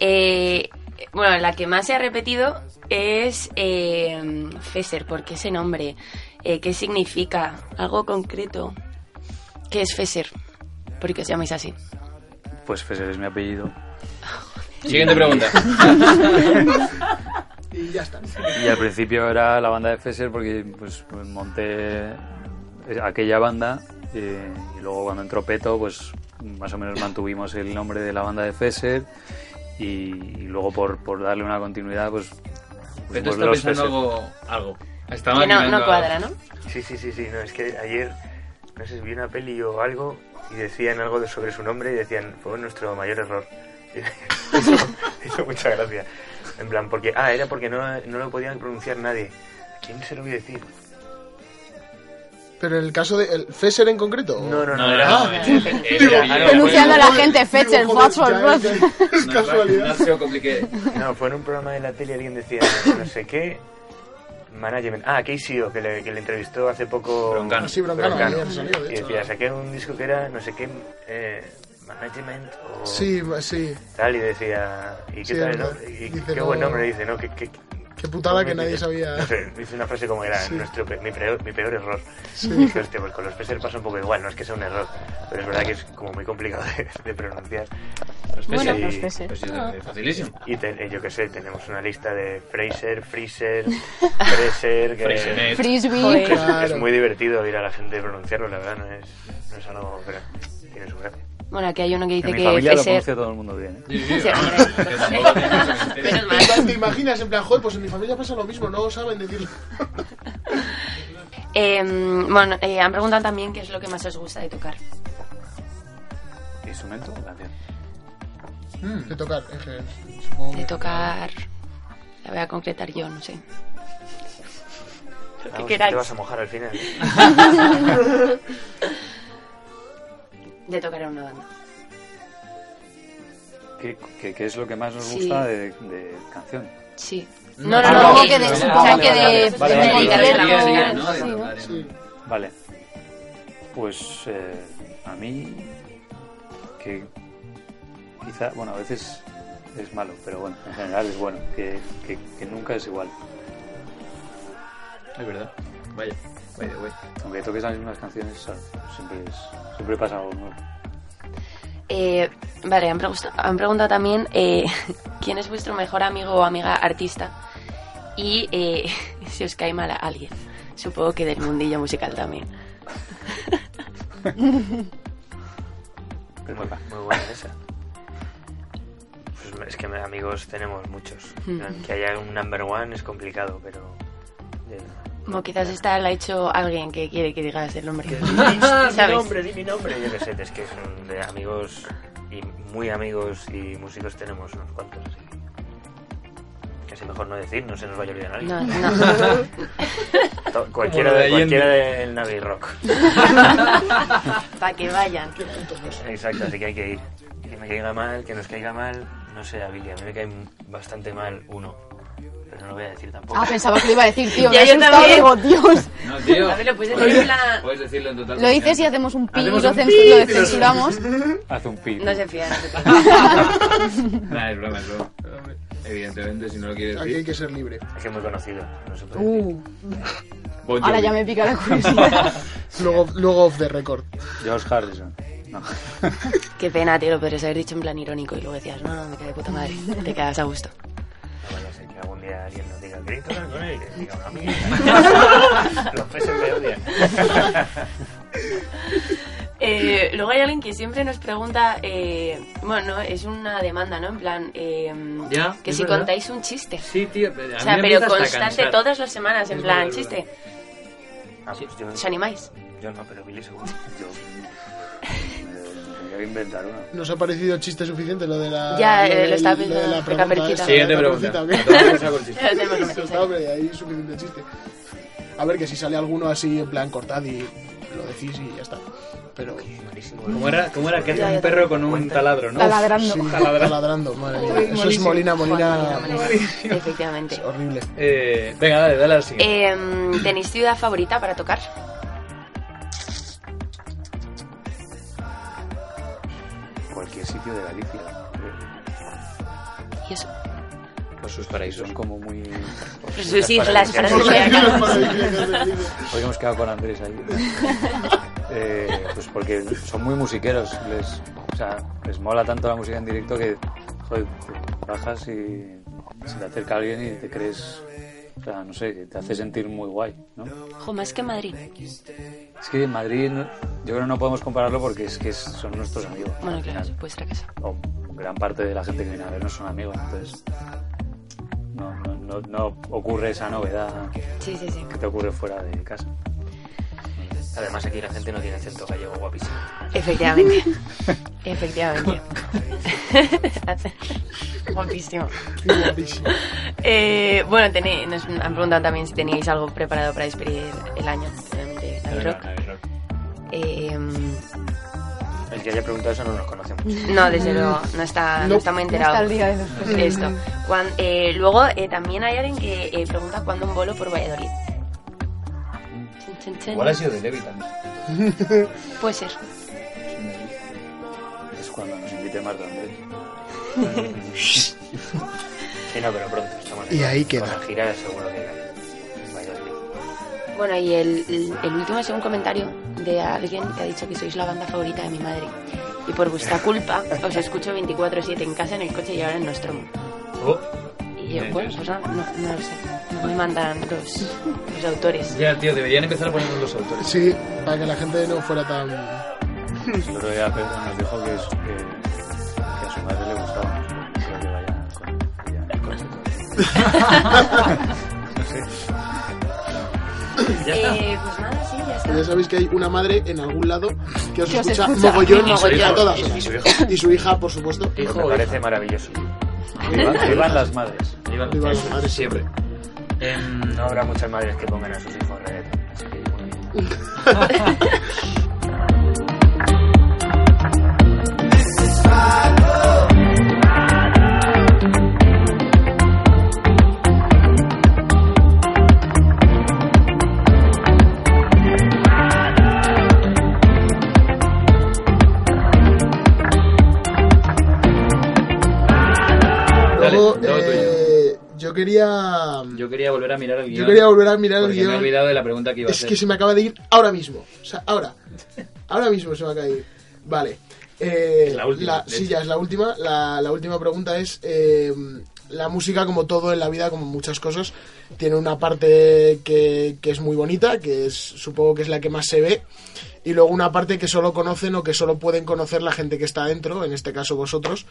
Eh, bueno, la que más se ha repetido es eh, Fesser, ¿por qué ese nombre? Eh, ¿Qué significa? Algo concreto. ¿Qué es Fesser? ¿Por qué os llamáis así? Pues Feser es mi apellido. Siguiente pregunta. Y ya está. Y al principio era la banda de Feser porque pues, pues, monté aquella banda eh, y luego cuando entró Peto pues más o menos mantuvimos el nombre de la banda de Fesser y, y luego por, por darle una continuidad, pues... Pero tú pues estás los pensando Fesser. algo. algo. Que no- no cuadra, ¿no? Sí, sí, sí, sí. No, es que ayer, no sé, vi una peli o algo y decían algo de- sobre su nombre y decían, fue nuestro mayor error. Eso hizo mucha gracia. En plan, porque, ah, era porque no, no lo podían pronunciar nadie. ¿A quién se lo voy a decir? Pero en el caso de. ¿El Fesser en concreto? No, Oh. no, no, Ah, era- ah, era- digo, era- digo, era- era- digo, Denunciando a la joder, gente, digo, Fetcher, joder, Watford, ya, ya, Roth. Es casualidad. No, fue en un programa de la tele alguien decía no sé qué. Management. Ah, Casey, que le, que le entrevistó hace poco. Broncano. Ah, sí, Broncano, había salido, de Y hecho. decía, saqué un disco que era no sé qué. eh, management o. Sí, sí. Tal, y decía. ¿Y qué Sí, tal, es no? verdad. Y Dice, qué buen no- nombre, dice, ¿no? Qué, qué- Qué putada que no, nadie dice- sabía. No sé, dice una frase como era: Sí. nuestro, pe- mi, peor, mi peor error. Sí. Dije, hostia, pues con los Pesser pasa un poco igual, no es que sea un error, pero es verdad que es como muy complicado de, de pronunciar. Los Bueno, Pesser los y- Pesser. Pues sí, es facilísimo. Y te- eh, yo qué sé, tenemos una lista de Fraser, Freezer, Fraser, que Freysenet. Frisbee. Que es, que es Claro. muy divertido oír a la gente pronunciarlo, la verdad, no es, no es algo. Pero tiene su gracia. Bueno, aquí hay uno que En dice mi que familia lo Fesser- pronuncia todo el mundo bien. ¿eh? Sí, hombre. Igual te imaginas, en plan, joder, pues en mi familia pasa lo mismo, no saben decirlo. Eh, bueno, eh, han preguntado también qué es lo que más os gusta de tocar. ¿Instrumento o canción? De tocar, en general. Supongo De que- tocar. La voy a concretar yo, no sé. Lo que Vamos, queráis. Te vas a mojar al final. De tocar en una banda. ¿Qué, qué, qué es lo que más nos Sí. gusta de, de canción? Sí. No, no, no, Ah, algo sí, que de- vale, supongo vale, que vale, de- vale, de vale, guitarra vale, o- vale, vale, sí, ¿no? vale. Vale. Pues eh, a mí que quizá, bueno, a veces es malo, pero bueno, en general es bueno, que, que, que nunca es igual. Es verdad. Vaya, vaya, güey. Aunque toques las mismas canciones, ¿sabes? siempre, es- siempre pasa algo nuevo. Eh, vale, han, pregusta- han preguntado también eh, quién es vuestro mejor amigo o amiga artista y eh, si os cae mal a alguien. Supongo que del mundillo musical también. Muy, muy buena esa. Pues es que me- amigos tenemos muchos. Hmm. Que haya un number one es complicado, pero. eh, Como quizás esta la ha hecho alguien que quiere que digas el nombre. di mi ¿Sabes? nombre, di mi nombre. Yo qué sé, es que son de amigos y muy amigos y músicos tenemos unos cuantos. así que Casi mejor no decir, no se nos vaya a olvidar No, alguien. no. To- cualquiera, Como lo de, de Allende. cualquiera del Navi Rock. Para que vayan. Exacto, así que hay que ir. Que me caiga mal, que nos caiga mal, no sé, a Billy, a mí me cae bastante mal uno. Pero no lo voy a decir tampoco. Ah, pensaba que lo iba a decir, tío. Me Ya, ha yo asustado, también. digo, Dios. No, tío. A ver, lo eh, puedes Puedes- decir en plan- Puedes decirlo en total. Lo dices y hacemos un pi, Hacemos lo, un cens- pi, lo pero- censuramos. Haz un pi. No se fían. Nah, es broma, es broma. Evidentemente, si no lo quieres Aquí hay decir. que ser libre. Es que es muy conocido. No se puede decir. Uh, Bon ahora Jovi. ya me pica la curiosidad. Luego, luego off the record. George Harrison. No. Qué pena, tío, lo podrías haber dicho en plan irónico y luego decías, no, no, me cae de puta madre. Te quedas a gusto. No vaya a ser que algún día alguien nos diga, ¿queréis tocar con él? Y diga, una mierda. Los peces me odian. Eh, luego hay alguien que siempre nos pregunta, eh, bueno, no, es una demanda, ¿no? En plan, eh, Ya, que pues es si verdad. contáis un chiste. Sí, tío. pero a O mí sea, me pero empieza hasta a constante cansar. todas las semanas, en Es plan, verdad, es chiste. Ah, pues yo, ¿Os animáis? yo no, pero Billy seguro. eh, Yo me, me tendría que inventar uno. Nos ha parecido chiste suficiente lo de la. Ya, eh, lo, lo del- estaba lo de pensando, la de pregunta Caperucita. esta, Siguiente la pregunta. Caperucita, A tomar por saco el ¿ok? chiste. Ya tenemos una Eso cosa. está, hombre, ahí es suficiente chiste. A ver, que si sale alguno así en plan cortad y lo decís y ya está. Pero. Malísimo. ¿Cómo era, ¿Cómo era que hace Ya, ya un te- perro con un taladro, no? Taladrando. Sí, Taladra- taladrando, madre mía. Uy, Eso es Molina, Molina. Molina, Efectivamente. Horrible. Eh, venga, dale, dale al siguiente. Eh, ¿Tenéis ciudad favorita para tocar? Cualquier sitio de Galicia. Y eso. Pues Por sus paraísos. Pues Son como muy... Sus islas Hoy hemos quedado con Andrés ahí. Eh, pues porque son muy musiqueros. Les, o sea, les mola tanto la música en directo que joder, te bajas y se te acerca alguien y te crees O sea, no sé, que te hace sentir muy guay, ¿no? Jo, más que Madrid. Es que en Madrid no- yo creo que no podemos compararlo porque es que son nuestros amigos. Bueno, al claro, final. vuestra casa. O gran parte de la gente que viene a vernos son amigos, entonces no, no, no- no ocurre esa novedad Sí, sí, sí. que te ocurre fuera de casa. Además, aquí la gente no tiene acento gallego guapísimo. Efectivamente. Efectivamente. Guapísimo. Eh, bueno, tenéis- nos han preguntado también si teníais algo preparado para despedir el año de Navi Rock. Eh, El que haya preguntado eso no nos conoce mucho. no, desde luego, no está, no, Mm. No, está muy enterado. no está al día de los de festivales. esto. Cuan- eh, luego eh, también hay alguien que eh, pregunta cuándo un bolo por Valladolid. Chin, chin, chin. Igual ha sido de Levi también. Puede ser. Es cuando nos invite Marta Andrés. Sí, no, pero pronto. Estamos Y ahí queda. Con la gira seguro que Valladolid. Bueno, y el, el- el último es un comentario de alguien que ha dicho que sois la banda favorita de mi madre. Y por vuestra culpa os escucho 24-7 en casa, en el coche y ahora en nuestro Y yo, Oh. Bien, bueno, pues no, no, no lo sé. No me mandan los, los autores. Ya, tío, deberían empezar a ponernos los autores. Sí, para que la gente no fuera tan... El otro día Pedro nos dijo que, su- que- que a su madre le gustaba. Creo que vaya con ella al concierto. No sé. Eh, pues nada, sí, ya está. Ya sabéis que hay una madre en algún lado que os Que os escucha, escucha. mogollón Y su hija, a todas y- horas. y su Y su hija, por supuesto. Me parece maravilloso. Vivan- vivan las madres. Vivan Vivan las madres. Siempre. Em, no habrá muchas madres que pongan a sus hijos reggaetón. Así que, bueno. Luego, Dale, dale tú eh, yo quería... Yo quería volver a mirar el guión. Yo quería volver a mirar el porque me he guión. olvidado de la pregunta que iba a Es hacer. que se me acaba de ir ahora mismo. O sea, ahora. Ahora mismo se me acaba de ir. Vale. Eh, Es la última, de sí, hecho. ya es la última. La, la última pregunta es... eh, la música, como todo en la vida, como muchas cosas, tiene una parte que, que es muy bonita, que es supongo que es la que más se ve, y luego una parte que solo conocen o que solo pueden conocer la gente que está dentro, en este caso vosotros,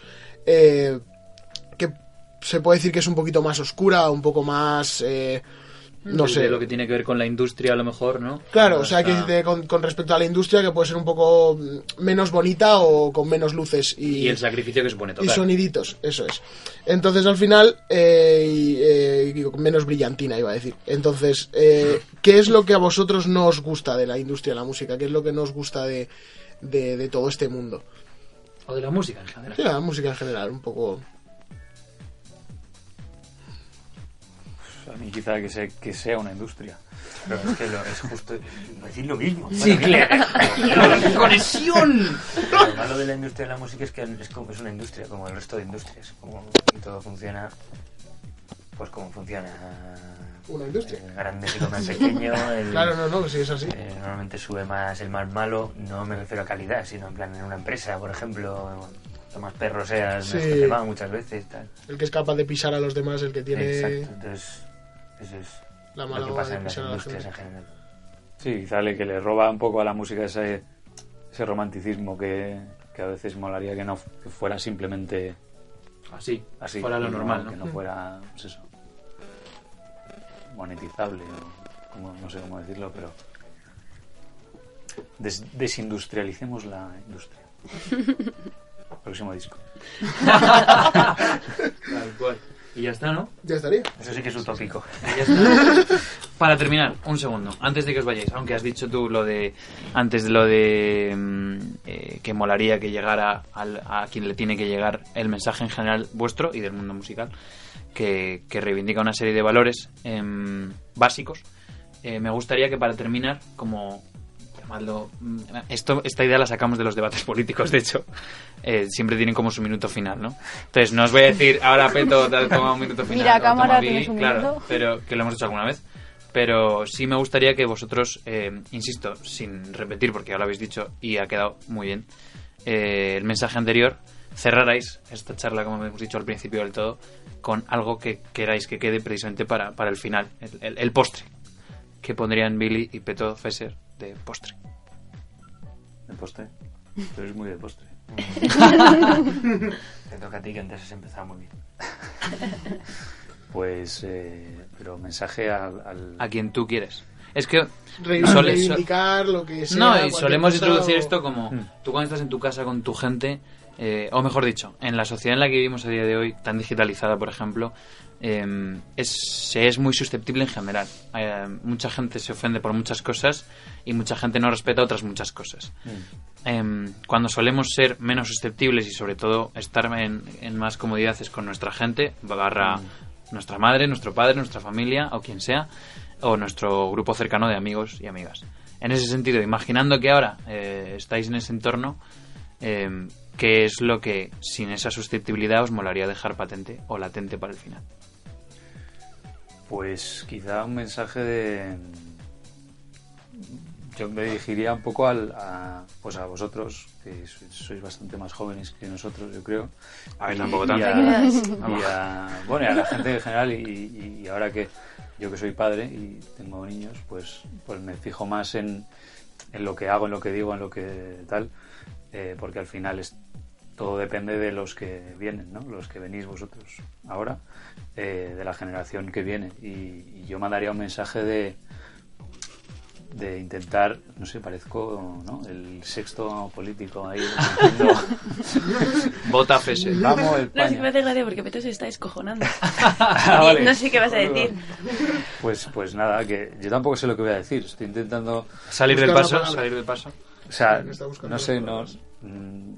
eh, que se puede decir que es un poquito más oscura, un poco más... eh, no De- sé. de lo que tiene que ver con la industria, a lo mejor, ¿no? Claro, o sea, Hasta- que de- con, con respecto a la industria que puede ser un poco mm, menos bonita o con menos luces y, Y el sacrificio que supone y tocar. soniditos, eso es. Entonces al final, eh, y, eh, digo, con menos brillantina iba a decir. Entonces, eh, ¿qué es lo que a vosotros no os gusta de la industria de la música? ¿Qué es lo que no os gusta de, de, de todo este mundo? O de la música en general. Sí, la música en general, un poco... A mí quizá que, se- que sea una industria. Pero es que lo- es justo iba a decir lo mismo. Sí, claro. Pero- Conexión. Lo malo de la industria de la música es que es, como- es una industria, como el resto de industrias. Como y todo funciona, pues como funciona. Una industria. El grande se come al pequeño. el- Claro, no, no, sí, es así. eh, normalmente sube más el más malo, no me refiero a calidad, sino en plan en una empresa, por ejemplo, eh, lo más perro seas, Sí. mejor te va muchas veces. Tal. El que es capaz de pisar a los demás, el que tiene... Exacto, entonces eso es La mala lo que hora pasa de en las pisar a la industrias en gente. general. Sí, quizá le- que le roba un poco a la música ese, ese romanticismo que, que a veces molaría que no f- que fuera simplemente Así, así. fuera lo que no- normal, ¿no? Que no fuera, pues eso, monetizable, o como, no sé cómo decirlo, pero des- desindustrialicemos la industria. Próximo disco. Tal cual. Y ya está, eh. ¿no? Ya estaría. Eso sí que es utópico. Ya está. Para terminar, un segundo, antes de que os vayáis, aunque has dicho tú lo de antes de lo de mm, eh, que molaría que llegara al- a quien le tiene que llegar el mensaje en general vuestro y del mundo musical, que, que reivindica una serie de valores em, básicos. eh, me gustaría que para terminar, como llamadlo, mm, esto, esta idea la sacamos de los debates políticos, de hecho, eh, siempre tienen como su minuto final, ¿no? Entonces no os voy a decir ahora peto, tal, toma un minuto final. Mira, o toma cámara, Billy, tienes un claro, minuto. pero que lo hemos hecho alguna vez. Pero sí me gustaría que vosotros, eh, insisto, sin repetir, porque ya lo habéis dicho y ha quedado muy bien eh, el mensaje anterior, cerrarais esta charla, como hemos dicho al principio del todo, con algo que queráis que quede precisamente para, para el final, el, el- el postre, que pondrían Billy y Peto Fesser de postre. ¿De postre? Tú eres muy de postre. Te toca a ti que antes has empezado muy bien. Pues, eh, pero mensaje al, al- A quien tú quieres. Es que... Re- sole- so- reivindicar lo que sea. No, y cualquier solemos cosa introducir o- esto como tú cuando estás en tu casa con tu gente, eh, o mejor dicho, en la sociedad en la que vivimos a día de hoy, tan digitalizada, por ejemplo, eh, es, se es muy susceptible en general. Eh, mucha gente se ofende por muchas cosas y mucha gente no respeta otras muchas cosas. Em, cuando solemos ser menos susceptibles y sobre todo estar en, en más comodidades con nuestra gente, barra nuestra madre, nuestro padre, nuestra familia o quien sea, o nuestro grupo cercano de amigos y amigas. En ese sentido, imaginando que ahora eh, estáis en ese entorno, em, ¿qué es lo que sin esa susceptibilidad os molaría dejar patente o latente para el final? Pues quizá un mensaje de... Yo me dirigiría un poco al, a, pues a vosotros, que sois, sois bastante más jóvenes que nosotros, yo creo. A ver, Y- tampoco y tanto. a- Te creas. y a- bueno, y a la gente en general, y, y- y ahora que yo que soy padre y tengo niños, pues, pues me fijo más en, en lo que hago, en lo que digo, en lo que tal, eh, porque al final es, todo depende de los que vienen, ¿no? Los que venís vosotros ahora, eh, de la generación que viene. Y, y yo mandaría un mensaje de de intentar, no sé, parezco ¿no? el sexto político ahí. diciendo, Vota Fese. Vamos, el No, es que paño. me hace gracia porque Peto se está descojonando. Ah, vale. No sé qué vas a decir. Pues, pues nada, que yo tampoco sé lo que voy a decir. Estoy intentando Salir del paso, salir del paso. O sea, Está buscando no sé, no, mm,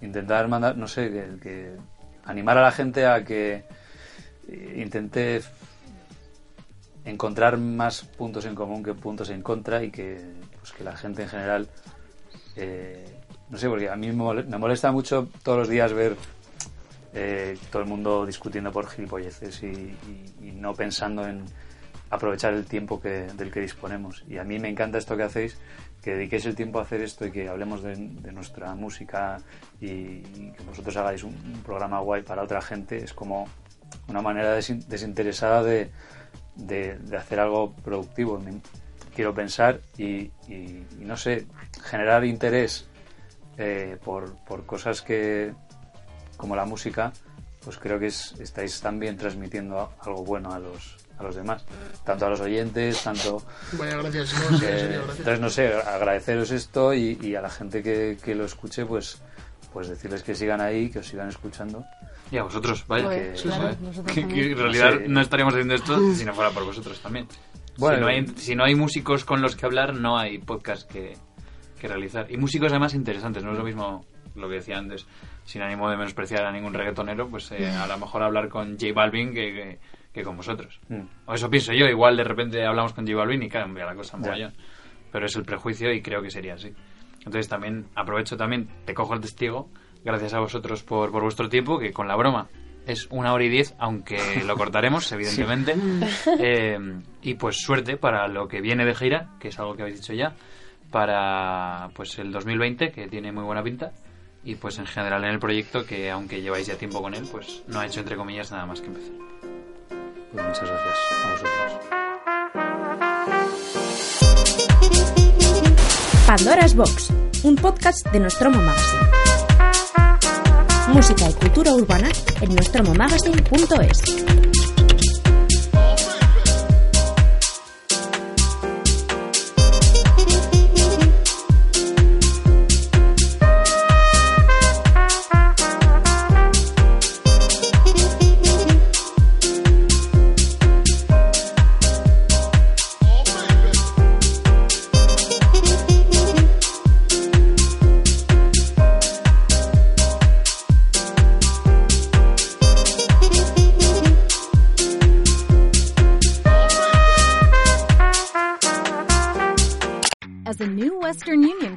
intentar mandar, no sé, que, que animar a la gente a que eh, intente f- encontrar más puntos en común que puntos en contra y que, pues, que la gente en general, eh, no sé, porque a mí me mole- me molesta mucho todos los días ver eh, todo el mundo discutiendo por gilipolleces y, y- y no pensando en aprovechar el tiempo que, del que disponemos. Y a mí me encanta esto que hacéis, que dediquéis el tiempo a hacer esto y que hablemos de, de nuestra música y, y que vosotros hagáis un, un programa guay para otra gente. Es como una manera desin- desinteresada de, de- de hacer algo productivo. Me- Quiero pensar y, y- y no sé, generar interés eh, por, por cosas que, como la música, pues creo que es- estáis también transmitiendo a- algo bueno a los, a los demás, tanto a los oyentes, tanto... Vaya, gracias, no, en serio, en Eh, serio, gracias. entonces, no sé, agradeceros esto y, y a la gente que, que lo escuche, pues, pues decirles que sigan ahí, que os sigan escuchando. Y a vosotros, vaya. Que- Pues, que, que- que en realidad Sí. no estaríamos haciendo esto si no fuera por vosotros también. Bueno. si, no hay, si no hay músicos con los que hablar, no hay podcast que, que realizar. Y músicos además interesantes, no es lo mismo lo que decía antes, sin ánimo de menospreciar a ningún reggaetonero, pues eh, a lo mejor hablar con J Balvin que, que, que con vosotros. Mm. O eso pienso yo, igual de repente hablamos con J Balvin y cambia la cosa Ya. mogollón. Pero es el prejuicio y creo que sería así. Entonces también aprovecho también, te cojo el testigo, gracias a vosotros por, por vuestro tiempo, que con la broma es una hora y diez, aunque lo cortaremos, evidentemente. Eh, y pues suerte para lo que viene de gira, que es algo que habéis dicho ya, para pues el 2020, que tiene muy buena pinta, y pues en general en el proyecto, que aunque lleváis ya tiempo con él, pues no ha hecho entre comillas nada más que empezar. Pues muchas gracias a vosotros. Pandora's Box, un podcast de Nostromo Magazine. Música y cultura urbana en nostromomagazine.es. As a new Western Union